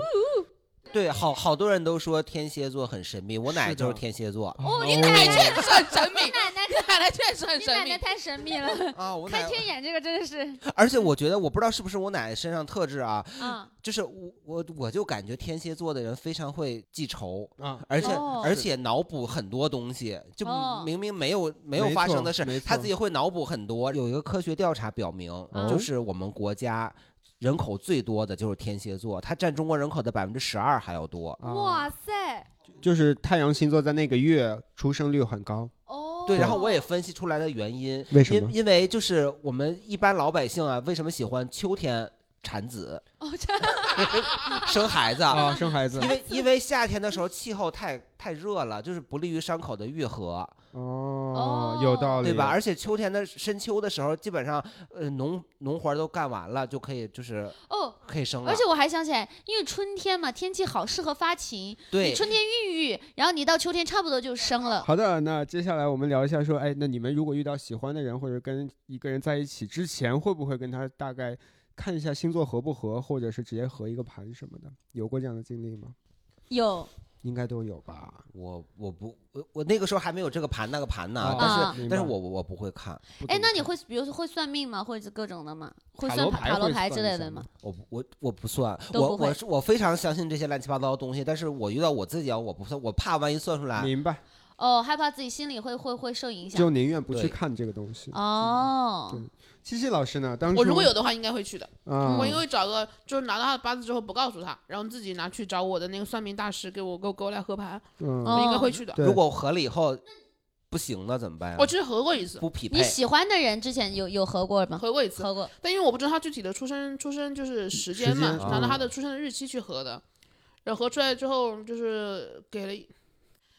E: 对，好好多人都说天蝎座很神秘，我奶奶
D: 是
E: 就是
D: 的
E: 天蝎座
B: 哦，你
C: 奶
B: 奶奶，
C: 奶哎确实很神秘
B: 你，奶奶，
C: 你奶奶确实很
B: 你
C: 神
B: 奶奶
C: 秘。
B: 太神秘 了。
E: 啊，我
B: 开
E: 奶，
B: 天眼这个真的 是
E: 而且我觉得我不知道是不是我奶奶身上特质啊，
B: 啊，
E: 就是我我我就感觉天蝎座的人非常会记仇。
D: 啊，
E: 而且、
B: 哦
E: 而
D: 是
E: 且脑补很多东西，就
B: 哦
E: 明明没有、没有
D: 没
E: 发生
D: 错
E: 的事
D: 没，
E: 他
D: 错
E: 自己会脑补很多。有一个科学调查表明，就
B: 哦
E: 是我们国家人口最多的就是天蝎座，它占中国人口的百分之十二还要多。
D: 啊
B: 哇塞，
D: 就是太阳星座在那个月出生率很高，
B: 哦，
E: 对，然后我也分析出来的原因，
D: 为什么
E: 因因为就是我们一般老百姓啊，为什么喜欢秋天产子、
B: 哦，这
E: 哦生孩子？
D: 啊，生孩子
E: 因为因为夏天的时候气候太太热了，就是不利于伤口的愈合，
D: 哦，有道理，
E: 对吧？？而且秋天的深秋的时候，基本上呃农农活儿都干完了，就可以就是
B: 哦，
E: 可以生了
B: 而。且我还想起来，因为春天嘛，天气好，适合发情。
E: 对
B: 你，春天孕育，然后你到秋天差不多就生了。
D: 好的，那接下来我们聊一下，说，哎，那你们如果遇到喜欢的人，或者跟一个人在一起之前，会不会跟他大概看一下星座合不合，或者是直接合一个盘什么的？有过这样的经历吗？
B: 有，
D: 应该都有吧。
E: 我我不我我那个时候还没有这个盘那个盘呢
D: 啊，
E: 但
B: 啊
E: 是
D: 明
E: 但是
D: 白
E: 我我我不会看，
D: 不
B: 哎，
D: 怎么
B: 那你
D: 看
B: 会比如说会算命吗，或者各种的吗？会
D: 塔
B: 算
D: 罗
B: 塔
D: 牌
B: 塔罗
D: 会
B: 牌之
D: 算一
B: 类
D: 下
B: 的
D: 吗
B: 吗？
E: 我不我我不算，
B: 都不
E: 我
B: 会
E: 我是我非常相信这些乱七八糟的东西，但是我遇到我自己啊，我不算，我怕万一算出来，
D: 明白，
B: 哦，害怕自己心里会会会受影响
D: 就。宁愿不去
E: 对
D: 看这个东
B: 啊
D: 西。
B: 哦，
D: 七七老师呢？当时
C: 我如果有的话，应该会去的。
D: 啊，
C: 我应该会找个，就是拿到他的八字之后不告诉他，然后自己拿去找我的那个算命大师给我给我给我来合盘，
D: 嗯，
B: 哦
C: 我应该会去的。
D: 对啊
E: 如果我合了以后不行了怎么办呀
C: 我？其实合过一次，
E: 不匹
B: 你
D: 哎
E: 配，
B: 喜欢的人之前有有合过
D: 嗯
B: 吗？
C: 合过一次，
B: 合过。
C: 但因为我不知道他具体的出生出生就是时间哦嘛，
D: 时间
C: 拿到
D: 啊
C: 他的出生的日期去合的，然后合出来之后就是给了一。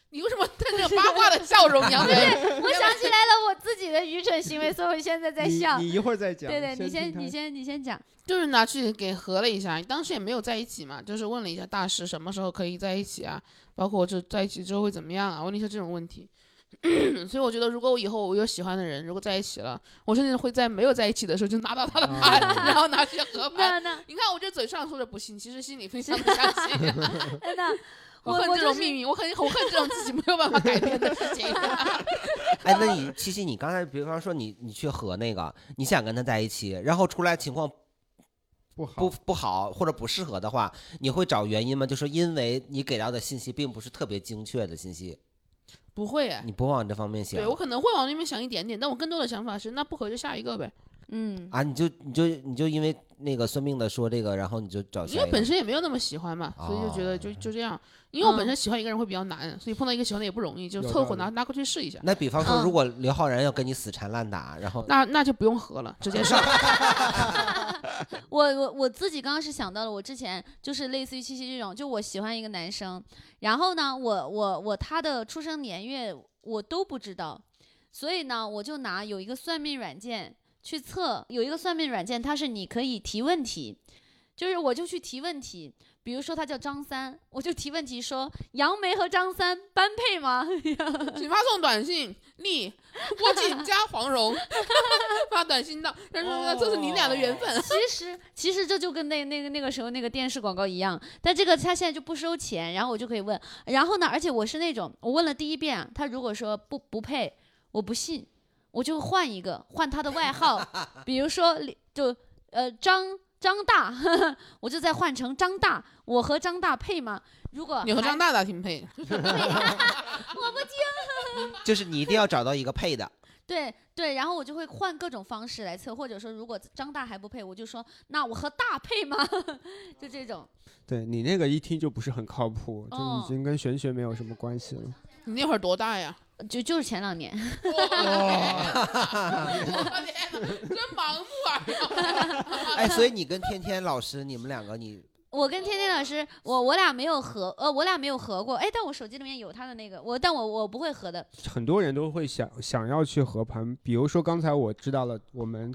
C: 你为什么带着八卦的笑 容？杨
B: 我
C: 梅，
B: 想起来了，我自己的愚蠢行为，所以我现在在
D: 你
B: 笑。
D: 你一会儿再讲。
B: 对对，你
D: 听
B: 先你
D: 他
B: 先你先讲。
C: 就是拿去给合了一下，当时也没有在一起嘛，就是问了一下大师什么时候可以在一起啊，包括就在一起之后会怎么样啊，问了一下这种问题。 所以我觉得，如果我以后我有喜欢的人，如果在一起了，我甚至会在没有在一起的时候就拿到他的盘，然后拿去合盘。
B: 那那
C: 你看，我这嘴上说着不信，其实心里非常的相信。
B: 那，我
C: 我恨
B: 我
C: 这
B: 就
C: 种
B: 是
C: 命运，我很我恨这种自己没有办法改变的事情。
E: 哎，那你七七，你刚才比方说你你去和那个，你想跟他在一起，然后出来情况
D: 不好
E: 不不好或者不适合的话，你会找原因吗？就说因为你给到的信息并不是特别精确的信息，
C: 不会哎，
E: 你不往这方面想
C: 对我可能会往那边想一点点，但我更多的想法是，那不合就下一个呗，
B: 嗯，
E: 啊，你就你就你就因为那个算命的说这个，然后你就找
C: 因
E: 下
C: 为
E: 一
C: 本
E: 个。
C: 身也没有那么喜欢嘛，所以就觉得就就这样。因为我本身喜欢一个人会比较难，所以碰到一个喜欢的也不容易，就
D: 有
C: 凑
D: 道
C: 合
D: 理
C: 拿拿过去试一下。
E: 那比方说，
B: 嗯
E: 如果刘昊然要跟你死缠烂打，然后
C: 那那就不用合了，直接上。
B: 我我我自己刚刚是想到了，我之前就是类似于七七这种，就我喜欢一个男生，然后呢，我我我他的出生年月我都不知道，所以呢，我就拿有一个算命软件去测，有一个算命软件，它是你可以提问题，就是我就去提问题，比如说他叫张三，我就提问题说杨梅和张三般配吗？
C: 请发送短信“你郭靖加黄蓉”， 发短信到，然后这是你俩的缘分。
B: 其实 其实这就跟那那个那个时候那个电视广告一样，但这个他现在就不收钱，然后我就可以问，然后呢，而且我是那种我问了第一遍啊，他如果说不不配，我不信，我就换一个，换他的外号，比如说就呃张。张大， 我就再换成张大，我和张大配吗？如果
C: 你和
B: 还
C: 张大大挺配的，
E: 就是你一定要找到一个配
C: 啊
E: 的，
B: 对对，然后我就会换各种方式来测，或者说如果张大还不配，我就说那我和大配吗？ 就这种。
D: 对你那个一听就不是很靠谱，就
B: 哦
D: 已经跟玄学没有什么关系了。
C: 你那会儿多大呀？
B: 就就是前两年，
C: 我天哪，真盲目啊！
E: 哎，所以你跟天天老师，你们两个你
B: 我跟天天老师，我我俩没有合，呃，我俩没有合过，哎，但我手机里面有他的那个，我但我我不会合的，
D: 很多人都会想想要去合盘，比如说刚才我知道了我们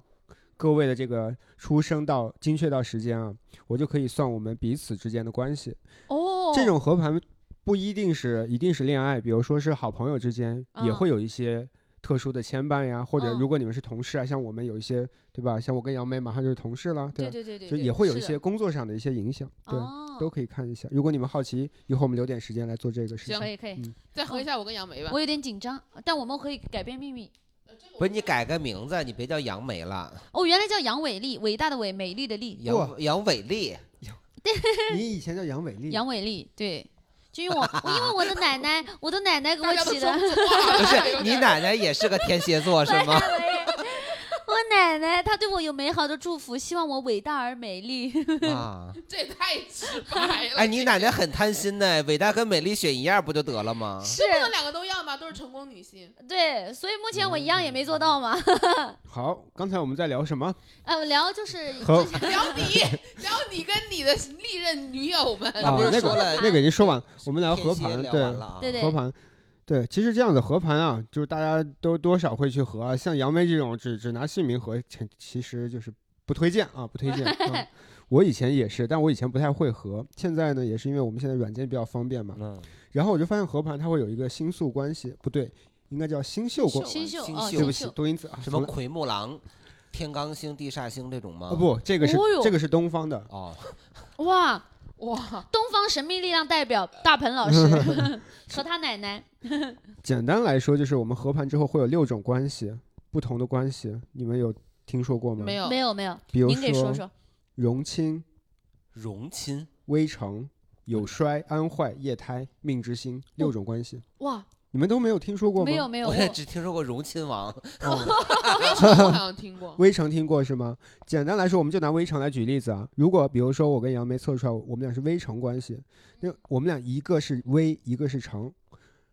D: 各位的这个出生到精确到时间啊，我就可以算我们彼此之间的关系。
B: 哦
D: 这种合盘不一定是一定是恋爱，比如说是好朋友之间也
B: 嗯
D: 会有一些特殊的牵绊呀，或者
B: 嗯
D: 如果你们是同事啊，像我们有一些对吧？像我跟杨梅马上就是同事了，
B: 对
D: 吧？
B: 对对对，
D: 就
B: 对
D: 也会有一
B: 是
D: 些工作上的一些影响，对，
B: 哦，
D: 都可以看一下。如果你们好奇，一会儿我们留点时间来做这个事
C: 行
B: 可
D: 情。
B: 以可以
D: 嗯，
C: 再合一下我跟杨梅吧
B: 我。有点紧张，但我们可以改变命运。
E: 不是你改个名字，啊你别叫杨梅了，
B: 哦，原来叫杨伟丽，伟大的伟，美丽的丽，
D: 哇
E: 杨杨伟丽。
D: 你以前叫杨伟丽，
B: 杨伟丽， 对，就因为我因为我的奶奶，我的奶奶给
C: 大
B: 我
C: 家都
B: 起
C: 说
B: 的，
E: 不
C: 不
E: 是你奶奶也是个天蝎座是 吗？
B: 我奶奶她对我有美好的祝福，希望我伟大而美丽。
E: 啊，
C: 这也太直白了。
E: 哎，你奶奶很贪心呢，伟大跟美丽选一样不就得了吗？
B: 是
C: 这不能两个都要吗？都是成功女性。
B: 对，所以目前我
D: 嗯
B: 一样也没做到嘛。
D: 好，刚才我们在聊什么？
B: 呃，聊就是
D: 和
C: 聊你，聊你跟你的历任女友们。
E: 啊不是
D: 那
E: 说
D: 个
E: 了
D: 那个已经说完了，我们聊
E: 天
D: 合
E: 蝎
D: 盘，
E: 聊
D: 对
E: 完了啊
B: 对对
D: 合盘，对，其实这样的合盘啊，就是大家都多少会去合啊，像杨梅这种只只拿姓名合，其其实就是不推荐啊，不推荐。啊我以前也是，但我以前不太会合，现在呢也是因为我们现在软件比较方便嘛，
E: 嗯，
D: 然后我就发现合盘它会有一个星宿关系，不对，应该叫星宿关，
B: 新秀
E: 新
B: 哦，
E: 秀
D: 对不
B: 新
D: 起，
B: 秀，
D: 多音字啊，
E: 什么
D: 从来
E: 奎木狼、天罡星、地煞星这种吗？
D: 啊不，这个是
B: 哦哟
D: 这个是东方的，
E: 哦，
B: 哇，
C: 哇，
B: 东方神秘力量代表大鹏老 师和他奶奶。
D: 简单来说就是我们合盘之后会有六种关系，不同的关系，你们有听说过吗？
C: 没有
B: 没有没有，
D: 比如
B: 您给说
D: 说
B: 说。
D: 荣亲、
E: 荣亲
D: 微成、有衰、安坏、液胎、命之星六种关系，
B: 哇，
D: 你们都没有听说过吗？
B: 哦没有。没有，
E: 我
B: 我
E: 也只听说过荣亲王，
C: 我好像听过。
D: 微成听过是吗？简单来说，我们就拿微成来举例子啊。如果比如说我跟杨梅测出来，我们俩是微成关系，那我们俩一个是微，一个是成，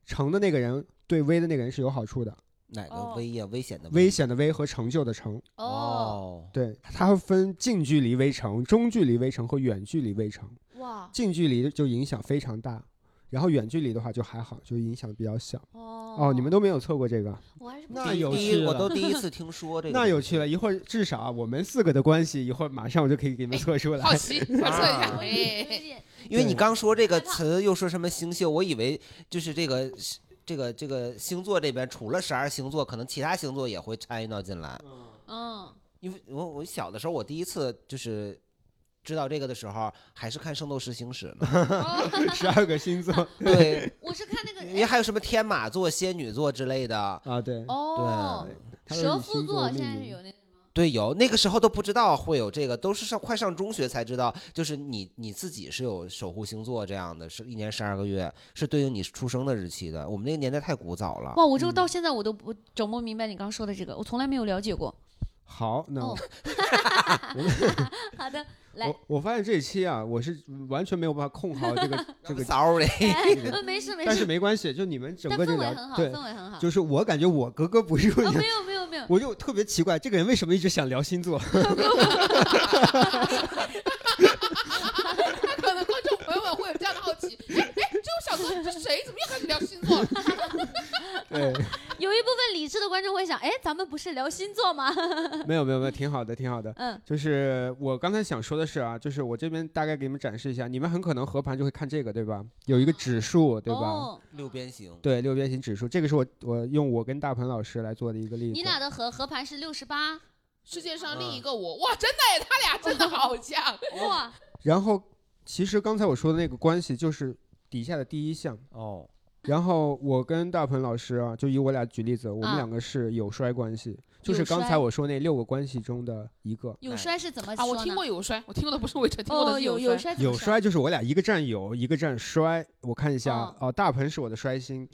D: 成的那个人对微的那个人是有好处的，
E: 哪个
B: 哦
E: 危呀？危险的
D: 危险的危和成就的成。
B: 哦
D: 对，它会分近距离微成、中距离微成和远距离微成。
B: 哇
D: 近距离就影响非常大，然后远距离的话就还好，就影响比较小。
B: 哦
D: 哦，你们都没有测过这个，
B: 我还是不
D: 那
B: 知
D: 有
E: 第
D: 趣
E: 一，我
D: 了
E: 都第一 次听说这个。
D: 那有趣了。一会儿至少啊我们四个的关系，一会儿马上我就可以给你们测出来。
C: 好
B: 哎
C: 奇，我测一下
E: 啊。
B: 道有
C: 哎，
B: 点
E: 因为你
D: 对
E: 刚说这个词，又说什么星宿，我以为就是这个这个这个星座这边除了十二星座，可能其他星座也会参与到进来。
B: 嗯，
E: 因为我我小的时候，我第一次就是知道这个的时候，还是看《圣斗士星矢》 呢。
D: 十二个星座
E: 对，
B: 我是看那
E: 因为
B: 个
E: 还有什么天马座、仙女座之类的。
D: 啊，对，
B: 哦，
D: 它都是以
B: 蛇夫
D: 星座
B: 座
D: 命
B: 现在是
D: 名啊
B: 有那
E: 对，有那个时候都不知道会有这个，都是上快上中学才知道，就是你你自己是有守护星座这样的，是一年十二个月，是对应你出生的日期的。我们那个年代太古早了。
B: 哇，我
D: 嗯
B: 这个到现在我都不整不明白你刚说的这个，我从来没有了解过。
D: 好，那
B: 哦
D: 我
B: 好 的，来
D: 我我发现这一期啊，我是完全没有办法控好这个这个，
E: sorry，
B: 嗯没事 没
D: 但是
B: 事，
D: 没关系，就你们整
B: 但
D: 个这
B: 氛围
D: 聊
B: 很好，
D: 对，
B: 氛围很好。
D: 就是我感觉我格格不入，
B: 啊，
D: 你
B: 没有没有没有，
D: 我就特别奇怪，这个人为什么一直想聊星座？
C: 可能观众朋友们会有这样的好奇，哎哎，这我想说，这谁怎么又开始聊星座了？
D: 对，
B: 有一部分理智的观众会想，哎，咱们不是聊星座吗？
D: 没有没有没有，挺好的，挺好的。
B: 嗯，
D: 就是我刚才想说的是啊，就是我这边大概给你们展示一下，你们很可能合盘就会看这个，对吧？有一个指数，对吧？
B: 哦，
E: 六边形。
D: 对，六边形指数，这个是我我用我跟大鹏老师来做的一个例子。
B: 你俩的合合盘是六十八，
C: 世界上
E: 嗯
C: 另一个我，哇，真的耶，他俩真的好像。
B: 哇，
D: 然后，其实刚才我说的那个关系就是底下的第一项。
E: 哦，
D: 然后我跟大鹏老师啊，就以我俩举例子，我
B: 啊
D: 们两个是有衰关系，就是
B: 有
D: 刚
B: 衰
D: 才我说那六个关系中的一个。
B: 有摔是怎么
C: 啊，
B: 说
C: 我
B: 呢？
C: 听过有摔，我听过的不是魏晨，听过的
B: 哦，
C: 是
B: 有
C: 有
B: 摔怎么
D: 有
B: 说
D: 衰就是我俩一个占有，一个占衰。我看一下
B: 哦
D: 哦、大鹏是我的衰星，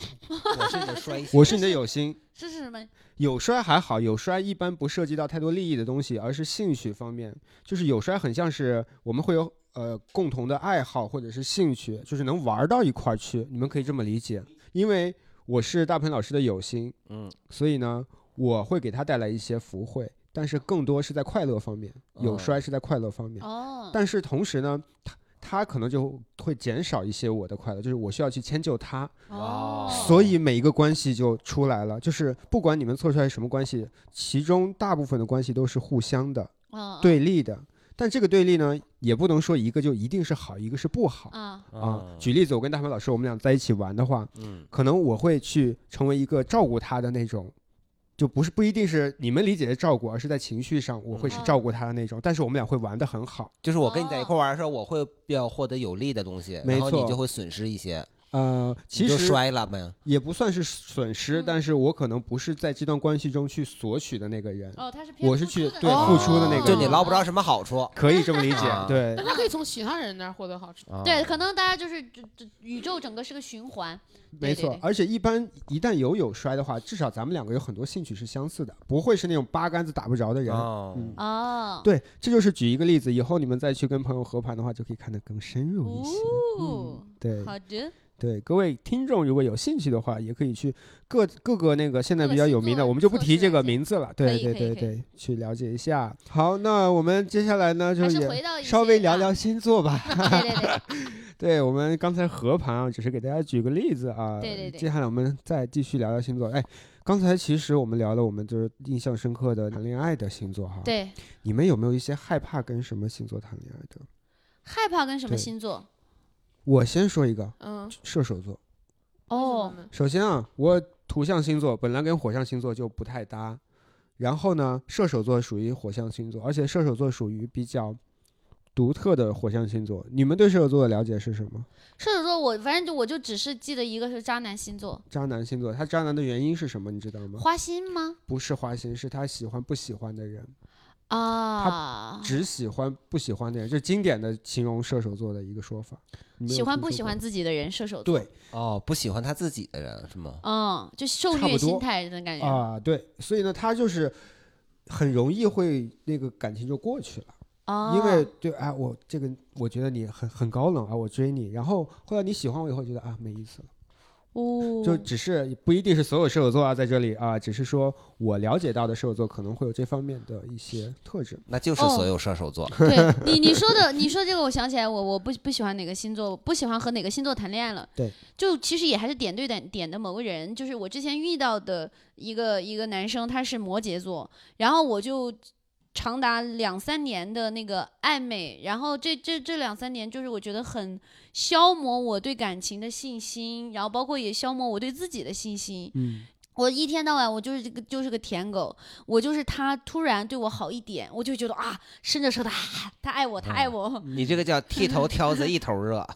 E: 我是你的 衰星。
D: 我是你的有星。
B: 这是什么？
D: 有衰还好，有衰一般不涉及到太多利益的东西，而是兴趣方面。就是有衰很像是我们会有呃共同的爱好或者是兴趣，就是能玩到一块儿去。你们可以这么理解，因为我是大鹏老师的有心，
E: 嗯，
D: 所以呢，我会给他带来一些福慧，但是更多是在快乐方面。有
E: 哦
D: 衰是在快乐方面，
B: 哦，
D: 但是同时呢，他他可能就会减少一些我的快乐，就是我需要去迁就他。
B: 哦，
D: 所以每一个关系就出来了，就是不管你们测出来什么关系，其中大部分的关系都是互相的、
B: 哦
D: 对立的。但这个对立呢，也不能说一个就一定是好，一个是不好
B: 啊，
D: 啊。举例子，我跟大鹏老师，我们俩在一起玩的话，
E: 嗯，
D: 可能我会去成为一个照顾他的那种，就不是不一定是你们理解的照顾，而是在情绪上我会是
B: 嗯
D: 照顾他的那种。但是我们俩会玩得很好，
E: 就是我跟你在一块玩的时候，我会比较获得有利的东西，
D: 啊没
E: 然后你
D: 错
E: 就会损失一些，
D: 呃，其
E: 你就
D: 实
E: 摔了呗。
D: 也不算是损失，
B: 嗯
D: 但是我可能不是在这段关系中去索取的那个人。
B: 哦，他是偏
D: 我是
B: 付
D: 去
B: 出的哦
D: 对
B: 那
D: 付
B: 种
D: 出的那个
E: 就
D: 人
E: 你捞不着什么好处。
D: 可以这么理解，
E: 啊
D: 对
C: 但他可以从其他人那儿获得好处。
E: 啊
B: 对，可能大家就是这这宇宙整个是个循环，
D: 没错
B: 对。
D: 而且一般一旦有有衰的话，至少咱们两个有很多兴趣是相似的，不会是那种八竿子打不着的人。
E: 哦
D: 嗯，
B: 哦，
D: 对，这就是举一个例子，以后你们再去跟朋友合盘的话，就可以看得更深入一些。
B: 哦，
D: 对
B: 好的，
D: 嗯对，各位听众如果有兴趣的话，也可以去各各个那个现在比较有
B: 各个
D: 名
B: 星
D: 的，
B: 座
D: 我们就不
B: 测
D: 提
B: 试
D: 这个
B: 软件
D: 名字了。
B: 可
D: 对
B: 以
D: 对
B: 可以可以
D: 对对，去了解一下。好，那我们接下来呢，就
B: 还是回
D: 也
B: 到一
D: 稍微
B: 些
D: 聊
B: 啊
D: 聊星座吧。
B: 对对对，
D: 对我们刚才合盘啊，只是给大家举个例子啊。
B: 对对对
D: 接下来我们再继续聊聊星座。哎，刚才其实我们聊了我们就是印象深刻的谈恋爱的星座哈。。
B: 对，
D: 你们有没有一些害怕跟什么星座谈恋爱的？
B: 害怕跟什么
D: 对
B: 星座？
D: 我先说一个
C: 嗯，
D: 射手座。
C: 为什么
B: 哦，
C: 呢，
D: 首先啊，我土象星座本来跟火象星座就不太搭，然后呢，射手座属于火象星座，而且射手座属于比较独特的火象星座。你们对射手座的了解是什么？
B: 射手座我反正就我就只是记得一个是渣男星座，
D: 渣男星座，他渣男的原因是什么？你知道吗？
B: 花心吗？
D: 不是花心，是他喜欢不喜欢的人，
B: 啊，
D: 只喜欢不喜欢的人，这是经典的形容射手座的一个说法。你没有
B: 喜欢
D: 听
B: 不
D: 说
B: 喜
D: 过
B: 欢
D: 吗？
B: 自己的人，射手座，
D: 对
E: 哦，不喜欢他自己的人是吗？
B: 嗯，就受
D: 差不
B: 虐心
D: 多
B: 态的感觉，
D: 啊，对，所以呢，他就是很容易会那个感情就过去了，
B: 哦，
D: 因为对啊，我这个我觉得你很很高冷啊，我追你，然后后来你喜欢我以后觉得啊没意思了，
B: 哦，
D: 就只是不一定是所有射手座啊在这里啊，只是说我了解到的射手座可能会有这方面的一些特质。
E: 那
B: 哦
E: 就是所有射手座。
B: 对 你你说的，你说这个，我想起来我，我不不喜欢哪个星座，我不喜欢和哪个星座谈恋爱了。
D: 对，
B: 就其实也还是点对点点的某个人，就是我之前遇到的一个一个男生，他是摩羯座，然后我就长达两三年的那个暧昧，然后这这这两三年就是我觉得很消磨我对感情的信心，然后包括也消磨我对自己的信心。
D: 嗯，
B: 我一天到晚我就是这个就是个舔狗，我就是他突然对我好一点，我就觉得啊，伸着舌头，啊，他爱我，他爱我，
E: 你这个叫剃头挑子一头热，
B: 啊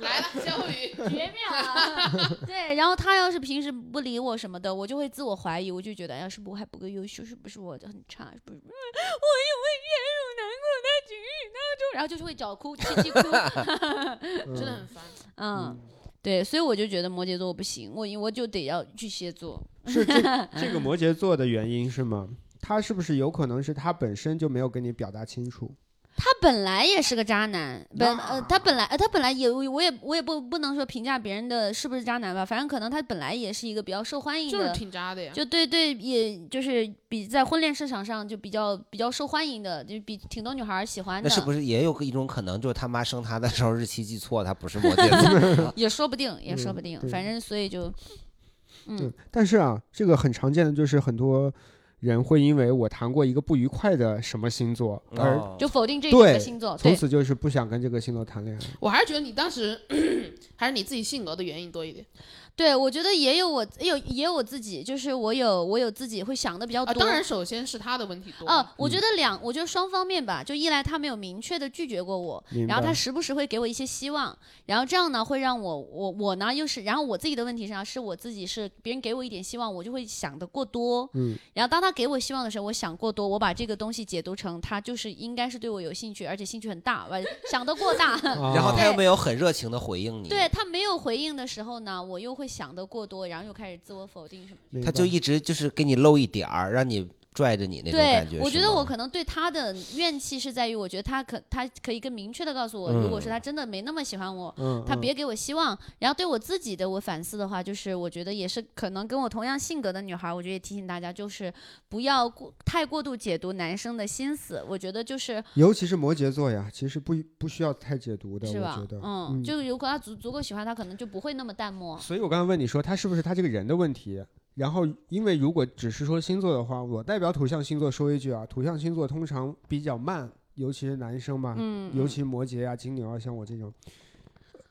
C: 来来了，焦 鱼。
B: 绝妙啊！对，然后他要是平时不理我什么的，我就会自我怀疑，我就觉得，哎呀，是不是我还不够优秀？是不是我很差？是不是 我有为陷入难过的情绪当中？然后就是会找哭，气气哭。
C: 真的很烦。
B: 嗯，对，所以我就觉得摩羯座我不行，我我就得要巨蟹座。
D: 是这这个摩羯座的原因是吗？他是不是有可能是他本身就没有跟你表达清楚？
B: 他本来也是个渣男，本呃，
C: 那
B: 他本来呃，他本来也我也我也不不能说评价别人的是不是渣男吧，反正可能他本来也是一个比较受欢迎的，
C: 就是挺渣的呀。
B: 就对对，也就是比在婚恋市场上就比较比较受欢迎的，就比挺多女孩儿喜欢的，
E: 那是不是也有一种可能，就是他妈生他的时候日期记错，他不是 摩羯座
B: 也说不定，也说不定，
D: 对
B: 反正所以就，嗯
D: 对，但是啊，这个很常见的就是很多人会因为我谈过一个不愉快的什么星座，而
E: 哦？
B: 就否定这一
D: 对
B: 个星座，
D: 从
B: 对，
D: 此就是不想跟这个星座谈恋爱。
C: 我还是觉得你当时 还是你自己性格的原因多一点
B: 对我觉得也有我也有也有我自己，就是我有我有自己会想的比较
C: 啊。
B: 哦多，
C: 当然，首先是他的问题多。
B: 哦，我觉得两，我觉得双方面吧，就一来他没有明确的拒绝过我，
D: 明
B: 然后他
D: 白
B: 时不时会给我一些希望，然后这样呢会让我我我呢又是，然后我自己的问题上是我自己是别人给我一点希望，我就会想的过多，
D: 嗯，
B: 然后当他给我希望的时候，我想过多，我把这个东西解读成他就是应该是对我有兴趣，而且兴趣很大，完想得过大。
E: 然后
D: 啊
E: 他又没有很热情的回应你，
B: 哦对他没有回应的时候呢，我又会想得过多，然后又开始自我否定什么的。
D: 明
E: 他
D: 白
E: 就一直就是给你露一点儿，让你拽着你那种感
B: 对
E: 觉。，
B: 我觉
E: 是
B: 得
E: 吗
B: 我可能对他的怨气是在于，我觉得他可他可以更明确的告诉我，如果是他真的没那么喜欢我，
D: 嗯，
B: 他
D: 嗯
B: 别给我希望。然后对我自己的我反思的话，就是我觉得也是可能跟我同样性格的女孩儿，我觉得也提醒大家，就是不要过太过度解读男生的心思。我觉得就是
D: 尤其是摩羯座呀，其实不不需要太解读的，我
B: 是吧
D: 觉？得，
B: 嗯，就如果他足足够喜欢他，可能就不会那么淡漠。
D: 所以我刚才问你说他是不是他这个人的问题，然后因为如果只是说星座的话，我代表土象星座说一句啊，土象星座通常比较慢，尤其是男生嘛，
B: 嗯，
D: 尤其摩羯啊、金牛啊，像我这种，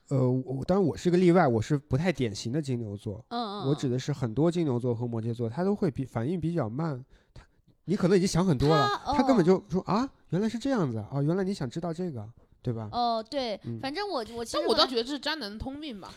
D: 呃，我当然我是个例外，我是不太典型的金牛座，
B: 嗯嗯，
D: 我指的是很多金牛座和摩羯座，他都会比反应比较慢，他你可能已经想很多了，
B: 他
D: 他根
B: 哦
D: 本就说啊，原来是这样子啊，哦原来你想知道这个，对吧？
B: 哦对，
D: 嗯
B: 反正我我其
C: 但
B: 实
C: 我
B: 后
C: 倒
B: 来
C: 觉得这是渣男的通病吧。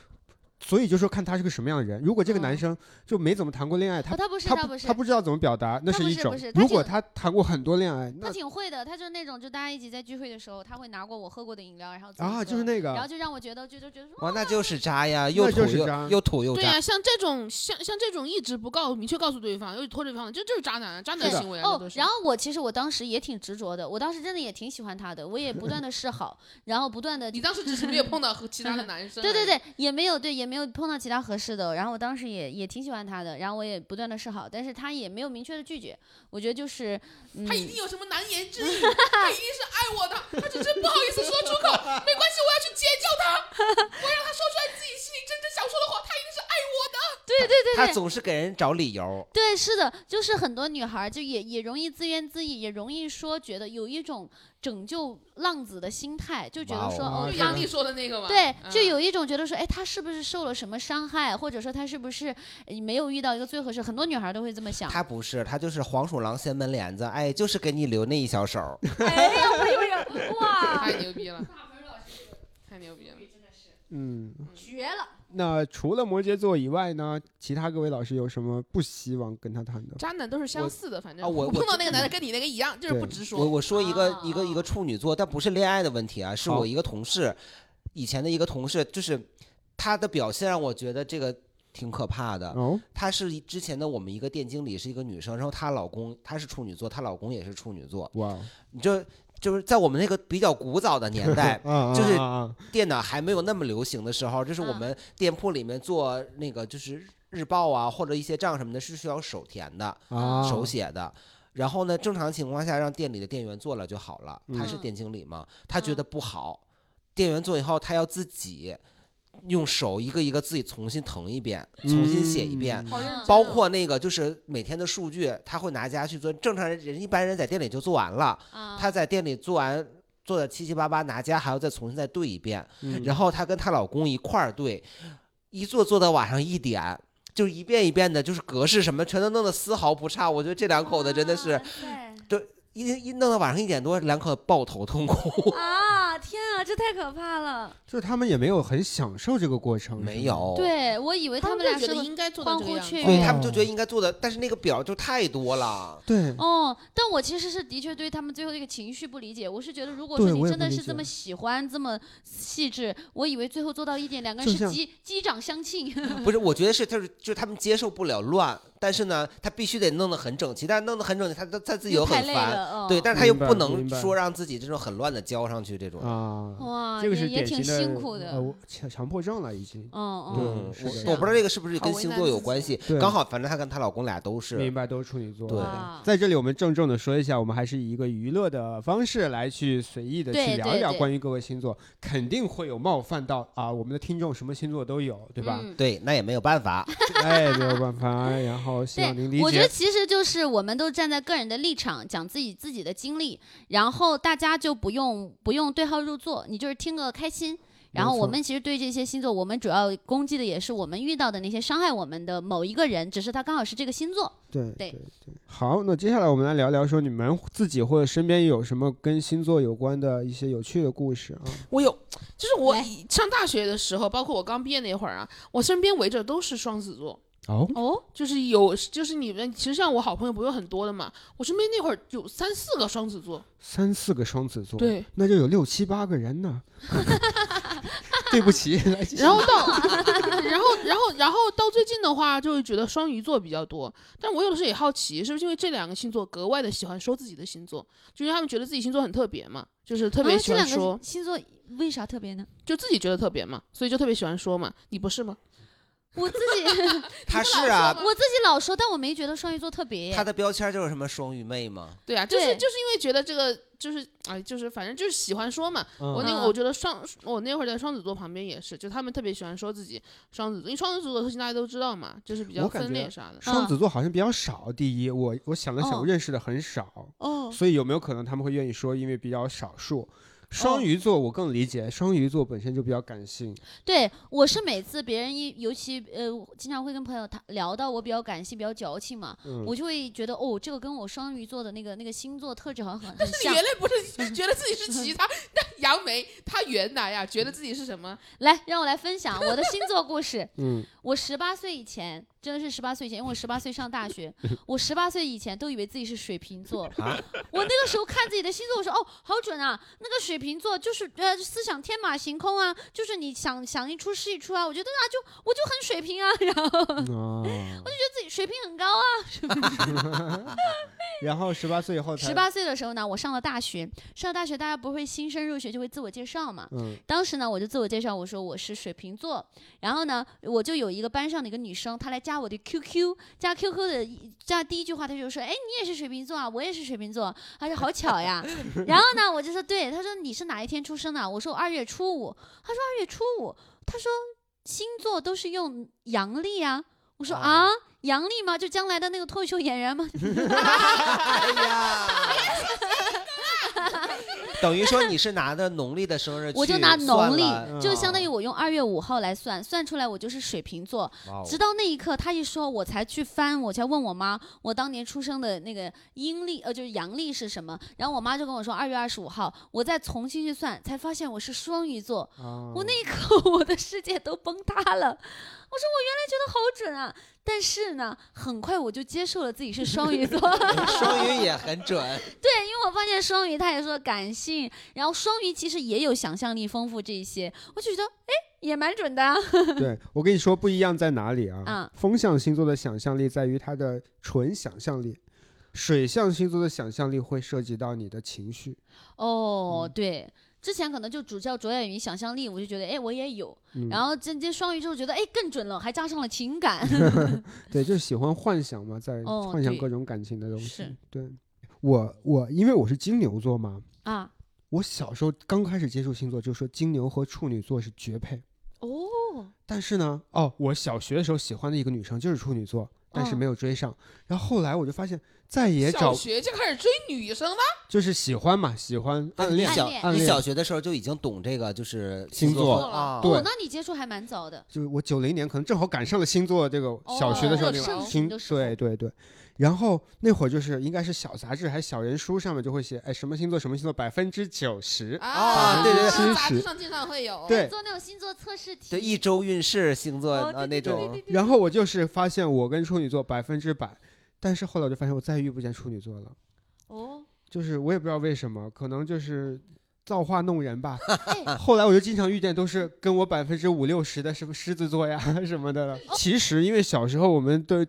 D: 所以就说看他是个什么样的人。如果这个
B: 嗯
D: 男生就没怎么谈过恋爱，他
B: 哦他不是
D: 他
B: 不是
D: 他不知道怎么表达，那
B: 他不
D: 一
B: 是
D: 种
B: 不是；他
D: 如果
B: 就
D: 他谈过很多恋爱，
B: 他
D: 那
B: 挺会的，他就是那种就大家一起在聚会的时候，他会拿过我喝过的饮料，然后自己
D: 啊，
B: 喝
D: 就是那个
B: 然后就让我觉得就就觉得说
E: 哇，那就是渣呀，又
D: 那
E: 土
D: 就是
E: 又
D: 渣
E: 又土又
C: 对
E: 渣
C: 呀、。像这种像像这种一直不告明确告诉对方，又拖着对方，这就是渣男啊，渣男
D: 是的
C: 行为啊。这
B: 哦
C: 都，是
B: 然后我其实我当时也挺执着的，我当时真的也挺喜欢他的，我也不断的示好，然后不断的
C: 你当时只是没有碰到和其他的男生。
B: 对对对，，也没有对，也没有碰到其他合适的。然后我当时也也挺喜欢他的，然后我也不断的示好，但是他也没有明确的拒绝。我觉得就是，嗯
C: 他，一定有什么难言 之隐，他一定是爱我的，他只是不好意思说出口。没关系，我要去解救他，我让他说出来自己心里真正想说的话。他一定是爱我的。
B: 对对对对
E: 他，总是给人找理由，
B: 对，是的，就是很多女孩儿就也也容易自怨自艾，也容易说觉得有一种拯救浪子的心态，就觉
E: 哇
B: 得说
D: 哦
B: 哦，
D: 这
C: 就
D: 个
C: 杨笠说的那个嘛。
B: 对，
C: 嗯
B: 就有一种觉得说，哎，他是不是受了什么伤害，或者说他是不是呃没有遇到一个最合适？很多女孩儿都会这么想。
E: 他不是，他就是黄鼠狼掀门帘子，哎，就是给你留那一小手儿。
B: 哎呀，我有点哇，
C: 太牛逼 了，太牛逼了。
D: 嗯。
B: 绝了！
D: 那除了摩羯座以外呢，其他各位老师有什么不希望跟他谈的？
C: 渣男都是相似的，反正
E: 啊我我
C: 碰到那个男的跟你那个一样，就是不直
E: 我
C: 说。
E: 我说一个、
B: 啊
E: 一个一个处女座，但不是恋爱的问题啊，是
D: 好
E: 我一个同事，以前的一个同事，就是他的表现让我觉得这个挺可怕的。
D: 哦，
E: 她是之前的我们一个店经理是一个女生，然后她老公她是处女座，她老公也是处女座，
D: 哇，，
E: 你这就是在我们那个比较古早的年代
D: 啊，
E: 就是
D: 啊啊
E: 电脑还没有那么流行的时候，就是我
B: 嗯
E: 们店铺里面做那个就是日报啊或者一些账什么的，是需要手填的。
D: 啊
E: 手写的。然后呢，正常情况下让店里的店员做了就好了。他是
B: 嗯
E: 店经理嘛，他觉得不好，店员做以后他要自己用手一个一个自己重新腾一遍，重新写一遍。
D: 嗯
C: 好认真哦
E: 包括那个就是每天的数据，他会拿家去做。正常人人一般人在店里就做完了，
B: 啊，
E: 他在店里做完做的七七八八，拿家还要再重新再对一遍。
D: 嗯
E: 然后她跟她老公一块儿对，一坐坐到晚上一点，就一遍一遍的，就是格式什么全都弄得丝毫不差。我觉得这两
B: 啊
E: 口子真的是
B: 哇塞
E: 一一弄到晚上一点多，两口子抱头痛哭。
B: 啊，天啊，这太可怕了！
D: 就是他们也没有很享受这个过程，是吗
E: 没。有，
B: 对我以为
C: 他
B: 们俩
C: 就觉
B: 是
C: 得
B: 个
C: 应该做到
B: 欢
C: 这个
B: 呼
C: 样子
B: 雀跃
E: 哦对
F: 哦
E: 他们就觉得应该做的，但是那个表就太多了。
D: 对，
B: 哦，但我其实是的确对他们最后这个情绪不理解。我是觉得，如果
D: 对
B: 说你
D: 我也
B: 真的
D: 不理
B: 是这么
D: 解
B: 喜欢、这么细致，我以为最后做到一点，两个
D: 就
B: 人是
D: 像
B: 击击掌相庆。
E: 不是，我觉得是，就是就是他们接受不了乱，但是呢，他必须得弄得很整齐，但是弄得很整齐，他他他自己又
B: 又 太
E: 很
B: 累
E: 烦，
B: 了，
E: 对，
B: 哦
E: 但是他又
D: 明白
E: 不能
D: 明白
E: 说让自己这种很乱的交上去这种。
D: 啊，
B: 哇，
D: 这个
B: 也
D: 是
B: 哦也
D: 典
B: 挺
D: 型
B: 辛苦的。
D: 呃我强强迫症了已经。
B: 嗯
D: 对
B: 嗯，
E: 嗯，
D: 是
E: 我
D: 这
E: 我
D: 样
E: 不知道这个是不是
C: 好
E: 跟
C: 为
E: 星
C: 难
E: 座
C: 自
E: 有
C: 己
E: 关系
D: 对，
E: 刚好反正她跟她老公俩都是
D: 明，白，都是处女座。
E: 对
B: 哇
D: 在这里，我们郑重的说一下，我们还是以一个娱乐的方式来去随意的
B: 对
D: 去聊
B: 对
D: 一聊
B: 对
D: 关于各个星座，肯定会有冒犯到啊，我们的听众什么星座都有，对吧？
B: 嗯
E: 对，那也没有办 法。
D: 哎，没有办法，然后希望您理
B: 我觉得
D: 解。
B: 其实就是我们都站在个人的立场讲自己自己的经历，然后大家就不用不用对号入座，你就是听个开心。然后
D: 没
B: 我
D: 错
B: 们其实对这些星座，我们主要攻击的也是我们遇到的那些伤害我们的某一个人，只是他刚好是这个星座。
D: 对
B: 对
D: 对。好，那接下来我们来聊聊说你们自己或者身边有什么跟星座有关的一些有趣的故事啊？
C: 我有，就是我
B: 来
C: 以上大学的时候，包括我刚毕业那会儿啊，我身边围着都是双子座，
D: 哦，
B: 哦，
C: 就是有，就是你们其实像我好朋友不是很多的嘛，我身边那会儿有三四个双子座，
D: 三四个双子座，
C: 对，
D: 那就有六七八个 人呢。 对不起，来继续
C: 然后到， 然后然后然后到最近的话，就会觉得双鱼座比较多，但我有的时候也好奇，是不是因为这两个星座格外的喜欢说自己的星座，就因为他们觉得自己星座很特别嘛，就是特别
B: 啊
C: 喜
B: 这
C: 欢
B: 两个
C: 说，
B: 星座为啥特 别呢？
C: 就自己觉得特别嘛，所以就特别喜欢说嘛，你不是吗？
B: 我自己
E: 她是啊，
B: 我自己老说，但我没觉得双鱼座特别。
E: 她的标签就是什么双鱼妹嘛。
C: 对啊，就是
B: 对
C: 就是因为觉得这个就是哎，就是反正就是喜欢说嘛。我那
B: 嗯
C: 个我觉得双我那会儿在双子座旁边也是，就他们特别喜欢说自己双子座，因为双子座的特性大家都知道嘛，就是比较
D: 我感
C: 分裂
D: 觉
C: 啥的。
D: 双子座好像比较少。第一，我我想了想，
B: 嗯哦
D: 我认识的很少，
B: 哦，
D: 所以有没有可能他们会愿意说，因为比较少数？
B: 哦
D: 双鱼座我更理解，双鱼座本身就比较感性，
B: 对，我是每次别人一，尤其呃，经常会跟朋友谈聊到我比较感性、比较矫情嘛，
D: 嗯，
B: 我就会觉得哦，这个跟我双鱼座的那个那个星座特质好像很很
C: 原
B: 像。
C: 来不是觉得自己 是其他，那杨梅她原来呀觉得自己是什么？
B: 来，让我来分享我的星座故事。
D: 嗯，
B: 我十八岁以前，真的是十八岁以前，因为我十八岁上大学，我十八岁以前都以为自己是水瓶座。
E: 啊
B: 我那个时候看自己的星座，我说哦，好准啊！那个水瓶座就是呃思想天马行空啊，就是你想想一出是一出啊。我觉得啊，就我就很水瓶啊，然后觉得
D: 啊，
B: 自己水平很高啊。
D: 然后十八岁以后才
B: 十，八岁的时候呢，我上了大学，上了大学大家不会新生入学就会自我介绍嘛。
D: 嗯
B: 当时呢，我就自我介绍，我说我是水瓶座，然后呢，我就有一个班上的一个女生，她来加我的 QQ，加 QQ 的一加第一句话，她就说，哎，你也是水瓶座啊，我也是水瓶座，她说好巧呀，然后呢，我就说对，她说你是哪一天出生的？我说我二月初五，她说二月初五，她说星座都是用阳历啊，我说啊
E: 啊
B: 阳历吗？就将来的那个脱口秀演员吗？
E: 哎呀， 等于说你是拿的农历的生日去算了，
B: 我就拿农历， 就
D: 嗯
B: 相当于我用二月五号来算，算出来我就是水瓶座。
E: 哇哦
B: 直到那一刻，他一说，我才去翻，我才问我妈，我当年出生的那个阴历，呃，就是阳历是什么？然后我妈就跟我说二月二十五号，我再重新去算，才发现我是双鱼座。
D: 啊，
B: 我那一刻，我的世界都崩塌了。我说我原来觉得好准啊，但是呢，很快我就接受了自己是双鱼座。
E: 双鱼也很准，
B: 对，因为我发现双鱼，他也说感性，然后双鱼其实也有想象力丰富这一些，我就觉得哎，也蛮准的啊、
D: 对我跟你说不一样在哪里啊？
B: 嗯
D: 风象星座的想象力在于它的纯想象力，水象星座的想象力会涉及到你的情绪。
B: 哦，
D: 嗯
B: 对，之前可能就主要着眼于想象力，我就觉得哎，我也有。
D: 嗯，
B: 然后这这双鱼之后觉得哎更准了，还加上了情 感。
D: 对，就是喜欢幻想嘛，在
B: 哦
D: 幻想
B: 对
D: 各种感情的东西。
B: 是
D: 对，我我因为我是金牛座嘛，
B: 啊，
D: 我小时候刚开始接触星座，就说金牛和处女座是绝配。
B: 哦，
D: 但是呢，哦，我小学的时候喜欢的一个女生就是处女座，但是
B: 嗯
D: 没有追上。然后后来我就发现再也
C: 小
D: 找
C: 学就开始追女生了，
D: 就是喜欢嘛，喜欢 暗
E: 你
D: 恋
B: 暗，
E: 小
B: 恋
D: 暗
E: 你
D: 恋
E: 小学的时候就已经懂这个，就是
D: 星座
E: 了啊。
D: 对
B: 哦，那你接触还蛮早的，
D: 就是我九零年可能正好赶上了星座这个小学的时候
C: 哦
D: 那
C: 盛
D: 个
B: 行
D: 星，
B: 的时候
D: 对对对。然后那会儿就是应该是小杂志还是小人书上面就会写，哎什么星座什么星座百分之九十，
E: 啊对对对
C: 杂
D: 知
C: 志
D: 识
C: 上经常会有。
D: 对
B: 哦做那种星座测试题，
E: 就一周运势星座
B: 哦对
E: 啊
B: 对
E: 那
B: 对
E: 种
B: 对，对
D: 然后我就是发现我跟处女座百分之百，但是后来我就发现我再也遇不见处女座了，
B: 哦，
D: 就是我也不知道为什么，可能就是造化弄人吧
B: 哎。
D: 后来我就经常遇见都是跟我百分之五六十的什么狮子座呀什么的了。
B: 哦
D: 其实因为小时候我们的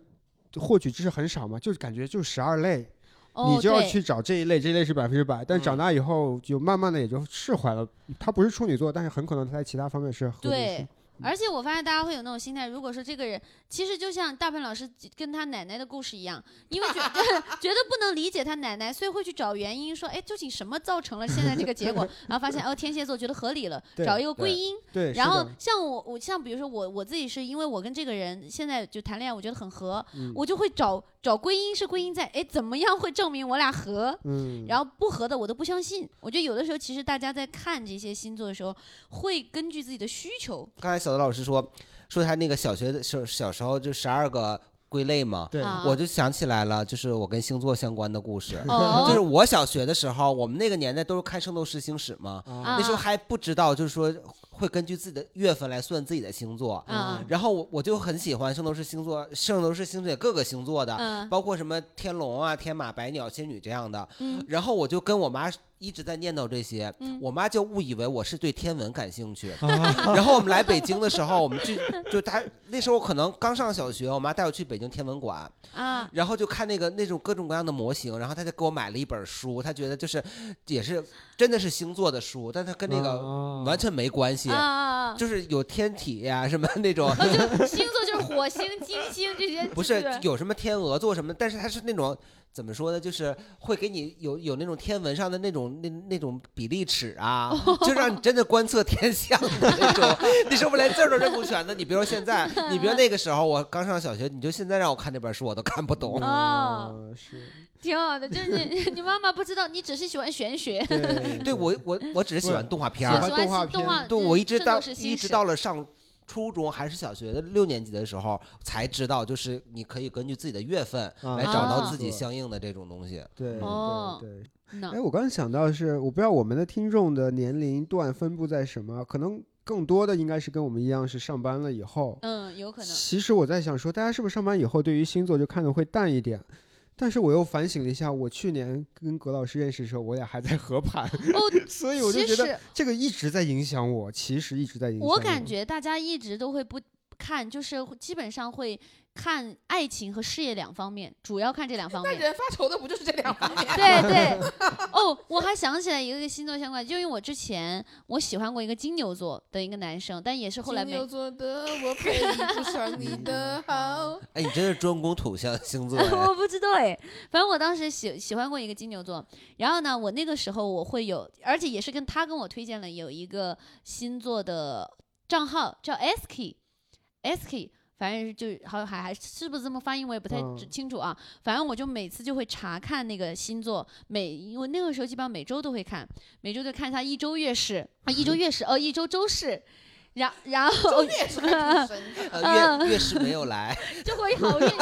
D: 获取知识很少嘛，就是感觉就十二类，
B: 哦
D: 你就要
B: 对
D: 去找这一类，这一类是百分之百。但
E: 嗯
D: 长大以后就慢慢的也就释怀了，他不是处女座，但是很可能他在其他方面是合理
B: 对
D: 性。，
B: 而且我发现大家会有那种心态，如果说这个人，其实就像大鹏老师跟他奶奶的故事一样，因为觉得 觉得不能理解他奶奶，所以会去找原因，说，哎，究竟什么造成了现在这个结 果？然后发现，哦，天蝎座觉得合理了，
D: 对
B: 找一个归
E: 对
B: 因。
D: 对，是
B: 然后
D: 的
B: 像我，我像比如说我我自己是因为我跟这个人现在就谈恋爱，我觉得很合，
D: 嗯
B: 我就会找找归因，是归因在，哎，怎么样会证明我俩合？
D: 嗯，
B: 然后不合的我都不相信。我觉得有的时候，其实大家在看这些星座的时候，会根据自己的需求
E: 刚才小德老师说说他那个小学的时候，小时候就十二个归类嘛，
D: 对，
B: 啊
E: 我就想起来了，就是我跟星座相关的 故事。
B: 哦
E: 就是我小学的时候，我们那个年代都是看《圣斗士星矢》嘛，
D: 啊
E: 那时候还不知道，就是说会根据自己的月份来算自己的星座。
B: 嗯
E: 然后我我就很喜欢《圣斗士星座》，《圣斗士星矢》也各个星座的，
B: 嗯
E: 包括什么天龙啊、天马、白鸟、仙女这样的。
B: 嗯
E: 然后我就跟我妈一直在念叨这些，
B: 嗯啊
E: 我妈就误以为我是对天文感兴趣。 然后我们来北京的时候，我们去就她那时候可能刚上小学，我妈带我去北京天文馆，
B: 啊，
E: 然后就看那个那种各种各样的模型，然后她就给我买了一本书，她觉得就是也是真的是星座的书，但她跟那个
D: 个
E: 完全没关系，
B: 啊，
E: 就是 有天体呀、什么那种，
B: 就星座就是火星、金星这些，
E: 不是有什么天鹅座什么的，但是它是那种怎么说呢，就是会给你有有那种天文上的那种那那种比例尺啊，就让你真的观测天象的那种。你是不是连字儿都认不全的？你别说现在，你别说那个时候，我刚上小学，你就现在让我看这本书，我都看不懂。
B: 哦，
D: 是，
B: 挺好的。就是你 你妈妈不知道，你只是喜欢玄学，
D: 对
E: 对我我我只是喜欢动画片
D: 喜
E: 儿
D: 欢，动画片
B: 动画，
E: 对
B: 就
E: 我一直
B: 圣斗
E: 到
B: 士星
E: 一直
B: 矢
E: 到了上。初中还是小学的六年级的时候，才知道就是你可以根据自己的月份
D: 啊
E: 来找到
B: 啊
E: 自己相应的这种东西。
D: 对
B: 哦
D: 对对。
B: 呢
D: 哎，我刚想到是，我不知道我们的听众的年龄段分布在什么，可能更多的应该是跟我们一样是上班了以后。
B: 嗯，有可能
D: 其实我在想说，大家是不是上班以后对于星座就看的会淡一点？但是我又反省了一下，我去年跟葛老师认识的时候，我俩还在合盘，
B: 哦。
D: 所以我就
B: 其
D: 觉
B: 实
D: 得这个一直在影响我，其实一直在影响
B: 我感觉大家一直都会不看，就是基本上会看爱情和事业两方面，主要看这两方
C: 那
B: 面。
C: 人发愁的不就是这两方面？
B: 对对，哦，我还想起来一个跟星座相关，就因为我之前我喜欢过一个金牛座的一个男生，但也是后来
C: 金
B: 没
C: 牛座的我 配不上你的好。
E: 哎，你真是专攻土象星座 呀！
B: 我不知道哎，反正我当时喜喜欢过一个金牛座，然后呢，我那个时候我会有，而且也是跟他跟我推荐了有一个星座的账号叫 SK，SK，反正是就好像还还是不是这么发音我也不太
D: 嗯
B: 知清楚啊，反正我就每次就会查看那个星座，每因为那个时候基本上每周都会看，每周就看一下一周月事啊，一周月事哦，一周周事。然然后
C: 中间是还挺深 的。
E: 呃，
B: 嗯
E: 月月事没有来，
B: 就会好运来，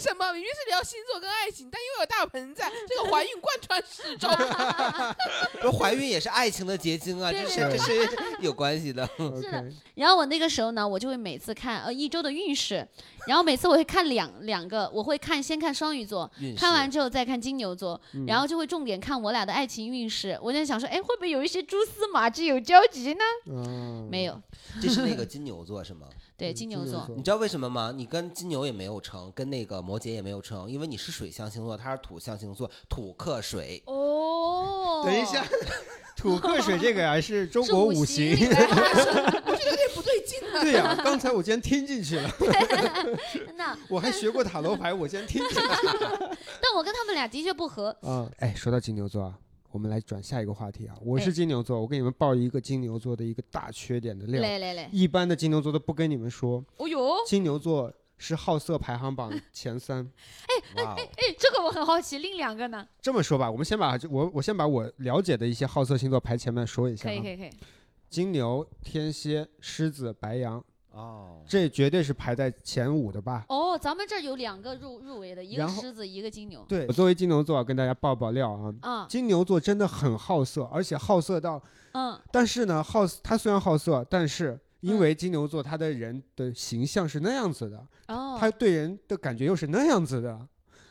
C: 为什么明明是聊星座跟爱情，但又有大鹏在，这个怀孕贯穿始终。
E: 说怀孕也是爱情的结晶啊，
B: 对
E: 这是
D: 对
E: 这是 有关系的。
D: OK，
B: 的然后我那个时候呢，我就会每次看呃一周的运势，然后每次我会看两两个，我会看先看双鱼座，
E: 运势
B: 看完之后再看金牛座，
D: 嗯
B: 然后就会重点看我俩的爱情运势。我在想说，哎，会不会有一些蛛丝马迹有交集呢？
D: 嗯，
B: 没有，
E: 这是那个金牛座是吗？
B: 对
D: 嗯
B: 金牛座，
E: 你知道为什么吗？你跟金牛也没有成，跟那个摩羯也没有成，因为你是水象星座，他是土象星座，土克水。
B: 哦
D: 等 一下，土克水这个呀、是中
B: 哦是
D: 国
B: 五
D: 五
B: 行
D: 行。
B: 里
C: 我觉得有点不对劲 啊。
D: 对呀、刚才我竟然听进去了，
B: 真的，
D: 我还学过塔罗牌，我竟然听进去了。
B: 但我跟他们俩的确不 合。
D: 啊，哎，说到金牛座啊，我们来转下一个话题啊。
B: 哎
D: 我是金牛座，我给你们爆一个金牛座的一个大缺点的料。
B: 来来来，
D: 一般的金牛座都不跟你们说，
B: 哦哟，
D: 金牛座是好色排行榜前三。
E: 哇哦，
B: 哎，这个我很好奇，另两个呢？
D: 这么说吧，我们先把我我先把我了解的一些好色星座排前面说一下、
B: 可
D: 啊
B: 以，可，以，可以。
D: 金牛、天蝎、狮子、白羊，
E: 哦，
D: 这绝对是排在前五的吧？
B: 哦，咱们这儿有两个入入围的，一个
D: 然后
B: 狮子，一个金牛。
D: 对，我作为金牛座，跟大家爆爆料啊，
B: 嗯
D: 金牛座真的很好色，而且好色到，
B: 嗯，
D: 但是呢，好他虽然好色，但是
B: 嗯
D: 因为金牛座他的人的形象是那样子的，
B: 哦，
D: 他对人的感觉又是那样子的，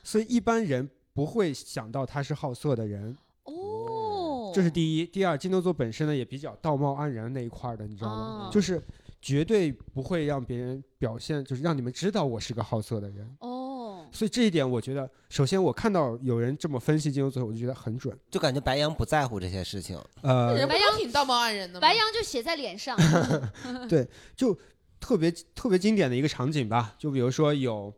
D: 所以一般人不会想到他是好色的人，
B: 哦，
D: 这是第一。第二，金牛座本身呢也比较道貌岸然那一块儿的，你知道吗
B: 哦？
D: 就是绝对不会让别人表现，就是让你们知道我是个好色的人。
B: 哦，
D: 所以这一点，我觉得，首先我看到有人这么分析金牛座，我就觉得很准。
E: 就感觉白羊不在乎这些事情。
D: 呃，
C: 人不
B: 白
C: 都
B: 羊
C: 挺道貌岸然的吗？
B: 白羊就写在脸上。
D: 特别特别经典的一个场景吧，就比如说有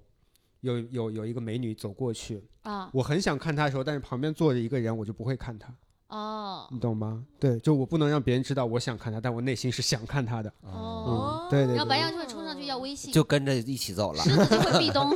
D: 有有有一个美女走过去，
B: 啊
D: 我很想看她的时候，但是旁边坐着一个人，我就不会看她，
B: 哦
D: 你懂吗？对，就我不能让别人知道我想看她，但我内心是想看她的。
B: 哦，
D: 嗯，对对
B: 然后白
D: 对。
B: 羊就会冲上去要微信，
E: 就跟着一起走了。
B: 狮子就会壁咚。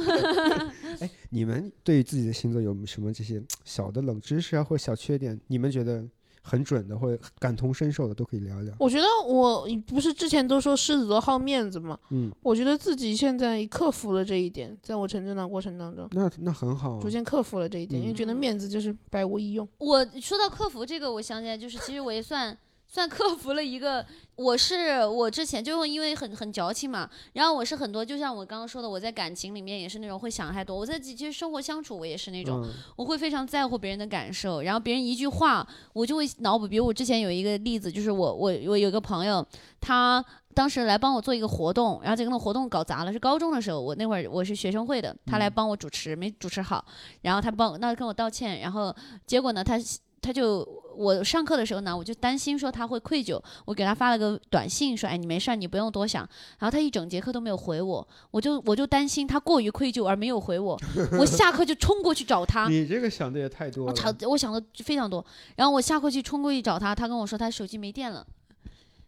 D: 哎，你们对自己的星座有什么这些小的冷知识啊，或者小缺点？你们觉得很准的，或者感同身受的，都可以聊一聊。
C: 我觉得我不是之前都说狮子座好面子嘛，
D: 嗯，
C: 我觉得自己现在克服了这一点，在我成长的过程当中，
D: 那那很好啊
C: 逐，渐克服了这一点，因为觉得
B: 嗯
C: 面子就是百无一用。
B: 我说到客服这个，我想起来，就是其实我也算算克服了一个，我是我之前就因为很很矫情嘛，然后我是很多，就像我刚刚说的，我在感情里面也是那种会想太多，我在其实生活相处我也是那种，
D: 嗯
B: 我会非常在乎别人的感受，然后别人一句话我就会脑补。比如我之前有一个例子，就是我我我有一个朋友，他当时来帮我做一个活动，然后结果那活动搞砸了。是高中的时候，我那会儿我是学生会的，他来帮我主持，没主持好，然后他帮我那跟我道歉，然后结果呢，他他就我上课的时候呢，我就担心说他会愧疚，我给他发了个短信说，哎，你没事儿，你不用多想。然后他一整节课都没有回我，我就我就担心他过于愧疚而没有回我，我下课就冲过去找他。
D: 你这个想的也太多
B: 啊我
D: 了。
B: 操！我想的非常多，然后我下课去冲过去找他，他跟我说他手机没电了，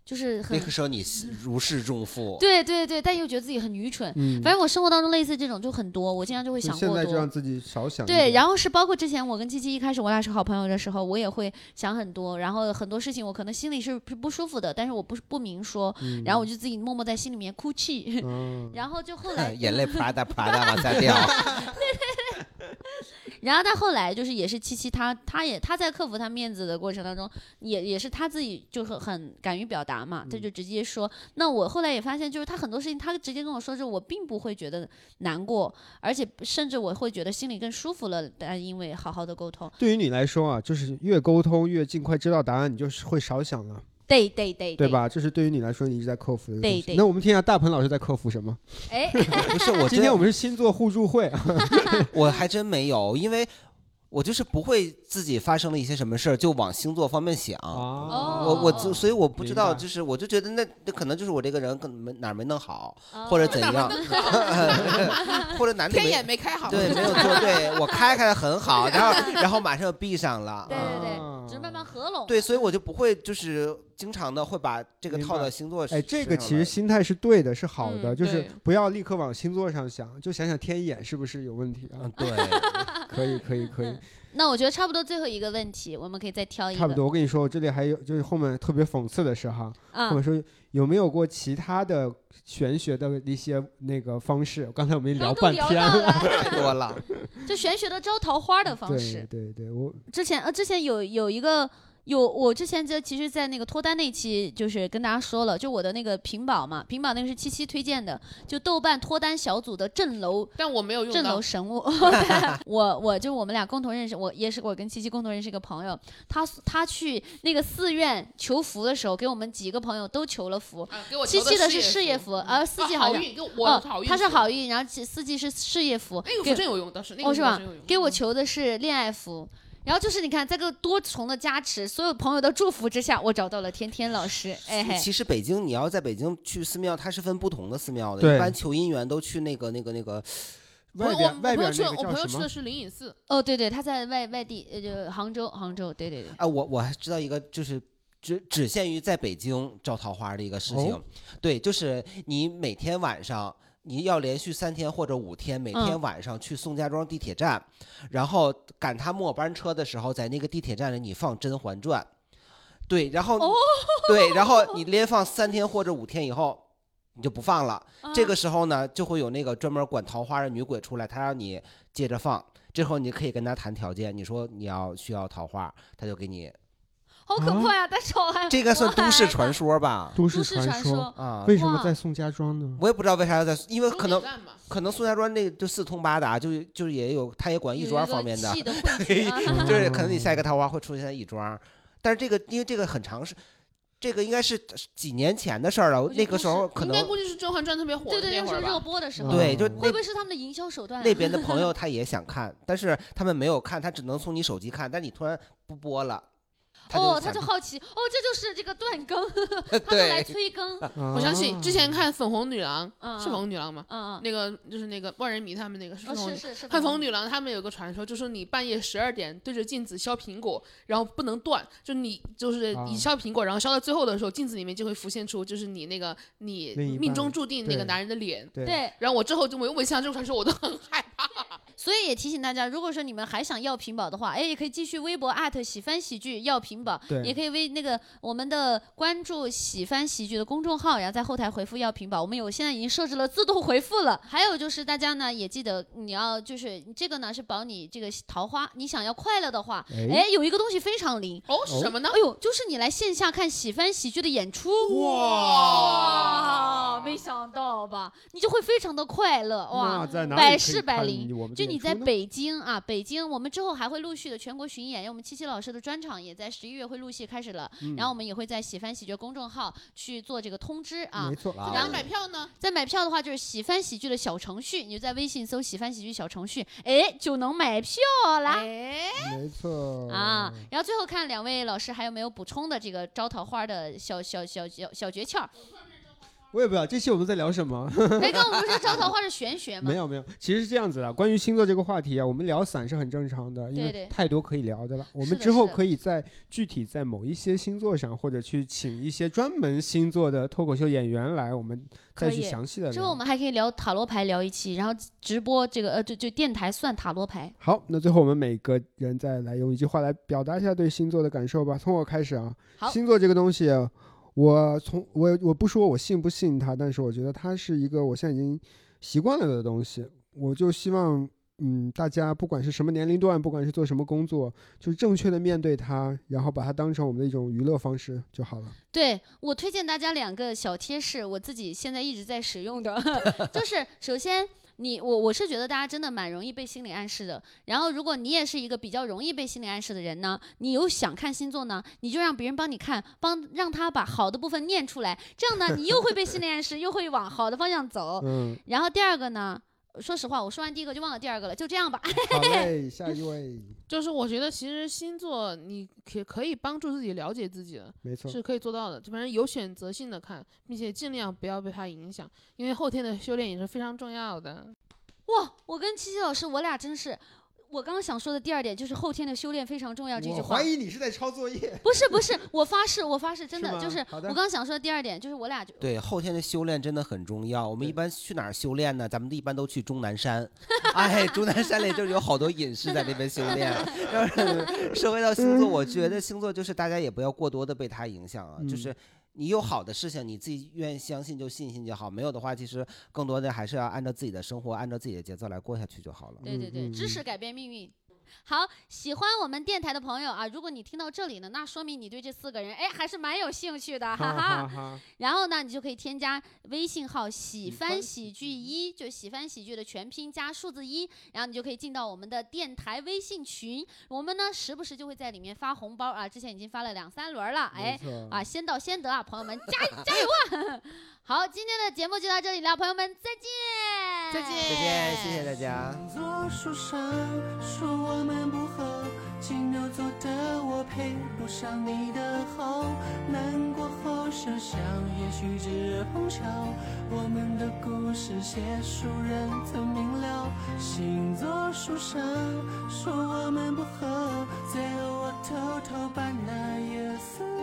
B: 就是
E: 那
B: 很
E: 个时候你如释重负，
B: 对对对，但又觉得自己很愚蠢。
D: 嗯，
B: 反正我生活当中类似这种就很多，我经常就会
D: 就
B: 想
D: 现
B: 过
D: 在就让
B: 多。
D: 自己少想一点。
B: 对，然后是包括之前我跟七七一开始我俩是好朋友的时候，我也会想很多，然后很多事情我可能心里是是不舒服的，但是我不是不明说，
D: 嗯
B: 然后我就自己默默在心里面哭泣，
D: 嗯
B: 然后就后 来
E: 呃眼泪 prada prada 往下掉。
B: 然后他后来就是也是七七他，他也他在克服他面子的过程当中，也也是他自己就很很敢于表达嘛，
D: 嗯
B: 他就直接说。那我后来也发现，就是他很多事情，他直接跟我说之后，我并不会觉得难过，而且甚至我会觉得心里更舒服了。但因为好好的沟通，
D: 对于你来说啊，就是越沟通越尽快知道答案，你就是会少想了，
B: 对对对
D: 对？吧？这是对于你来说你一直在克服的一个
B: 对
D: 东西
B: 对
D: 那我们听一下大鹏老师在克服什么？
B: 哎，
E: 不是我
D: 今天我
E: 真
D: 们是星座互助会，啊，
E: 我还真没有，因为我就是不会自己发生了一些什么事儿就往星座方面想。
D: 啊
B: 哦
E: 我我就所以我不知
D: 哦明
E: 道，
D: 白
E: 就是我就觉得那那可能就是我这个人可能没哪儿没弄好，
B: 哦
E: 或者怎样，或者哪 里
C: 天
E: 没
C: 眼没开好，
E: 对没有做对，我开开的很好，然后然后马上又闭上了。嗯
B: 对对
D: 啊
B: 对，只是慢慢合拢。
E: 对，所以我就不会就是经常的会把这个
D: 明
E: 套
D: 白
E: 到星座身
D: 哎，
E: 上来。
D: 这个其实心态是对的，是好的，
C: 嗯
D: 就是
C: 对
D: 不要立刻往星座上想，就想想天眼是不是有问题啊
E: 嗯？ 对，
D: 可以，可以，可以，
B: 那我觉得差不多最后一个问题，我们可以再挑一个。
D: 差不多。我跟你说，我这里还有就是后面特别讽刺的是哈，
B: 啊
D: 或者说有没有过其他的玄学的一些那个方式？刚才我们
B: 然后都
D: 半
B: 聊
D: 天
B: 到
D: 了，
B: 了，
E: 太多了。
B: 就玄学的招桃花的方式
D: 对。对对，我
B: 之前呃，之前有有一个有我之前在其实，在那个脱单那期就是跟大家说了，就我的那个屏保嘛，屏保那个是七七推荐的，就豆瓣脱单小组的镇楼
C: 但我没有用
B: 镇
C: 到
B: 楼，神 物。 我我就我们俩共同认识，我也是我跟七七共同认识一个朋友，他他去那个寺院求福的时候，给我们几个朋友都求了福。
C: 啊给我
B: 七
C: 求
B: 七的是
C: 事
B: 事业
C: 业啊
B: 福，而四季
C: 好
B: 像
C: 运，给我我
B: 哦
C: 好，运，
B: 他是好。运，然后四季是事业福，
C: 那个
B: 给
C: 是真有用，倒是那
B: 哦
C: 个
B: 是
C: 福
B: 吧
C: 真有用
B: 给我
C: 嗯
B: 求的是恋爱福。然后就是你看，在这个多重的加持，所有朋友的祝福之下，我找到了天天老师。哎嘿，
E: 其实北京，你要在北京去寺庙，它是分不同的寺庙的。
D: 对
E: 一般求姻缘都去那个、那个、那个，
D: 外
C: 我我
D: 边
C: 我
D: 外
C: 朋
D: 边
C: 友去
D: 那
C: 的，
D: 个
C: 我朋
D: 叫
C: 友去
D: 什
C: 的
D: 么？
C: 是灵隐寺，
B: 哦对对，他在外外地，呃，就杭州，杭州，对对对，
E: 啊，我我还知道一个，就是只只限于在北京招桃花的一个事情。
D: 哦
E: 对，就是你每天晚上。你要连续三天或者五天，每
B: 嗯
E: 天晚上去宋家庄地铁站，然后赶他末班车的时候，在那个地铁站里你放《甄嬛传》，对，然后、
B: 哦
E: 对，然后你连放三天或者五天以后，你就不放了。
B: 嗯啊
E: 这个时候呢，就会有那个专门管桃花的女鬼出来，她让你接着放。之后你可以跟她谈条件，你说你要需要桃花，她就给你。
B: 好可怕呀！但是我还
E: 这个算都市传
B: 说，
E: 说吧？
D: 都
B: 都
D: 市
B: 市
D: 传
B: 说，
E: 啊，
D: 为什么
B: 哇
D: 在宋家庄呢？
E: 我也不知道为啥要在，因为
C: 终
E: 可
C: 点
E: 能
C: 站嘛
E: 可能宋家庄那就四通八达，就就是也有，他也管
B: 有
E: 亦
B: 一
E: 庄
B: 个
E: 方面的，
B: 气的汇 聚啊
D: 嗯
E: 就是可能你下一个桃花会出现在亦庄，但是这个因为这个很长是，这个应该是几年前的事儿了
B: 觉，得
E: 那个时
B: 都
E: 候可
C: 应该
E: 能
C: 估计是《甄嬛传》特别火
B: 对
C: 的
B: 对，
C: 那
B: 就
C: 会
B: 是
C: 儿
B: 热
C: 吧。
B: 播的时候，
E: 对，
D: 嗯
E: 就
B: 会
E: 那
B: 不会是他们的营销手段啊？
E: 那边的朋友他也想看，但是他们没有看，他只能从你手机看，但你突然不播了，
B: 哦，他
E: 他
B: 就 好奇，哦，这就是这个断更，
E: 想
B: 他们来
E: 对，
B: 催 更，
D: 我
C: 我相信之前看《粉红女郎》
B: 嗯，
C: 是《粉红女郎》吗？
B: 嗯，嗯
C: 那个就是那个万人迷他们那个是
B: 哦
C: 粉红女
B: 是是是，
C: 汉风女郎他们有个传说，就说你半夜十二点对着镜子削苹果，然后不能断，就你就是
D: 啊
C: 你削苹果，然后削到最后的时候，镜子里面就会浮现出就是你那个你
D: 另一
C: 命
D: 半
C: 中注定那个
D: 对
C: 男人的脸。
D: 对
B: 对，
C: 然后我之后就每每想到这个传说，我都很害怕。
B: 所以也提醒大家，如果说你们还想要屏保的话，哎，也可以继续微博喜翻喜剧要屏保，
D: 对
B: 也可以微那个我们的关注喜翻喜剧的公众号，然后在后台回复要屏保，我们有现在已经设置了自动回复了。还有就是大家呢也记得你要就是这个呢是保你这个桃花，你想要快乐的话，
D: 哎，
B: 哎，有一个东西非常灵，
C: 哦，什么呢？
B: 哎呦，就是你来线下看喜翻喜剧的演出，哇，没想到吧，你就会非常的快乐哇。
D: 那在哪里
B: 百
D: 可以
B: 试
D: 看
B: 百灵
D: 我们的
B: 就你
D: 演
B: 在
D: 出呢
B: 北京啊，北京，我们之后还会陆续的全国巡演，因为我们七七老师的专场也在十一月会陆续开始了，
D: 嗯
B: 然后我们也会在喜翻喜剧公众号去做这个通知啊
D: 没。错，
E: 然
C: 然后买票呢？
B: 再买票的话，就是喜翻喜剧的小程序，你就在微信搜“喜翻喜剧”小程序，哎，就能买票啦。
C: 哎，
D: 没错
B: 啊，然后最后看两位老师还有没有补充的这个招桃花的小小小小小诀 窍？
D: 我也不知道这期我们在聊什么，
B: 哎，刚刚我们不是招桃花是玄学吗
D: 没？有没有，其实是这样子的。关于星座这个话题啊，我们聊散是很正常的，因
B: 对
D: 为
B: 对
D: 太多可以聊的了。我
B: 是
D: 们
B: 的
D: 之后
B: 是的
D: 可以在具体在某一些星座上，或者去请一些专门星座的脱口秀演员来，我们再
B: 可
D: 去
B: 以
D: 详细的
B: 之后我
D: 聊。
B: 们还可以聊塔罗牌聊一期，然后直播这个呃，就就电台算塔罗牌。
D: 好，那最后我们每个人再来用一句话来表达一下对星座的感受吧。从我开始啊
B: 好，
D: 星座这个东西，啊我从我我不说我信不信它，但是我觉得它是一个我现在已经习惯了的东西。我就希望，嗯，大家不管是什么年龄段，不管是做什么工作，就是正确的面对它，然后把它当成我们的一种娱乐方式就好了。
B: 对我推荐大家两个小贴士，我自己现在一直在使用的， 就是首先。你我我是觉得大家真的蛮容易被心理暗示的。然后，如果你也是一个比较容易被心理暗示的人呢，你又想看星座呢，你就让别人帮你看，帮让他把好的部分念出来，这样呢，你又会被心理暗示，又会往好的方向走。
D: 嗯，
B: 然后第二个呢，说实话，我说完第一个就忘了第二个了，就这样吧。
D: 好嘞，下一位，
C: 就是我觉得其实星座你可可以帮助自己了解自己的，
D: 没错，
C: 是可以做到的。就反正有选择性的看，并且尽量不要被它影响，因为后天的修炼也是非常重要的。
B: 哇，我跟七七老师，我俩真是，我刚刚想说的第二点就是后天的修炼非常重要这句话。
D: 疑你是在抄作业。
B: 不是不是，我发誓，我发誓，真的
D: 是吗
B: 就是
D: 好
B: 我
D: 的嗯
B: 刚刚想说的第二点，就是我俩就
E: 对，后天的修炼真的很重要。我们一
D: 对
E: 般去哪儿修炼呢？咱们一般都去终南山，哎，终南山里就是有好多隐士在那边修 炼。 然后说回到星座，我觉得星座就是大家也不要过多的被它影响啊，就
D: 嗯
E: 是。你有好的事情，你自己愿意相信就信信就好；没有的话，其实更多的还是要按照自己的生活，按照自己的节奏来过下去就好了。
B: 对对对，
D: 嗯嗯
B: 知识改变命运。好，喜欢我们电台的朋友啊，如果你听到这里呢，那说明你对这四个人哎还是蛮有兴趣的， 哈哈。
D: 哈哈，
B: 然后呢，你就可以添加微信号“喜
D: 翻
B: 翻
D: 喜
B: 喜剧
D: 剧
B: 一”，就喜翻喜剧的全拼加数字一，然后你就可以进到我们的电台微信群。我们呢，时不时就会在里面发红包啊，之前已经发了两三轮了，
D: 没
B: 哎。
E: 嗯
D: 错
B: 啊，，先到先得啊，朋友们，加油加油啊！ 好，今天的节目就到这里了，朋友们，再见，
C: 再见
E: 再见，谢谢大家。
G: 星座书上说我们不合，金牛座的我配不上你的好，难过后想想，也许只是碰巧，我们的故事写书人曾明了。星座书上说我们不合，最后我偷偷把那页撕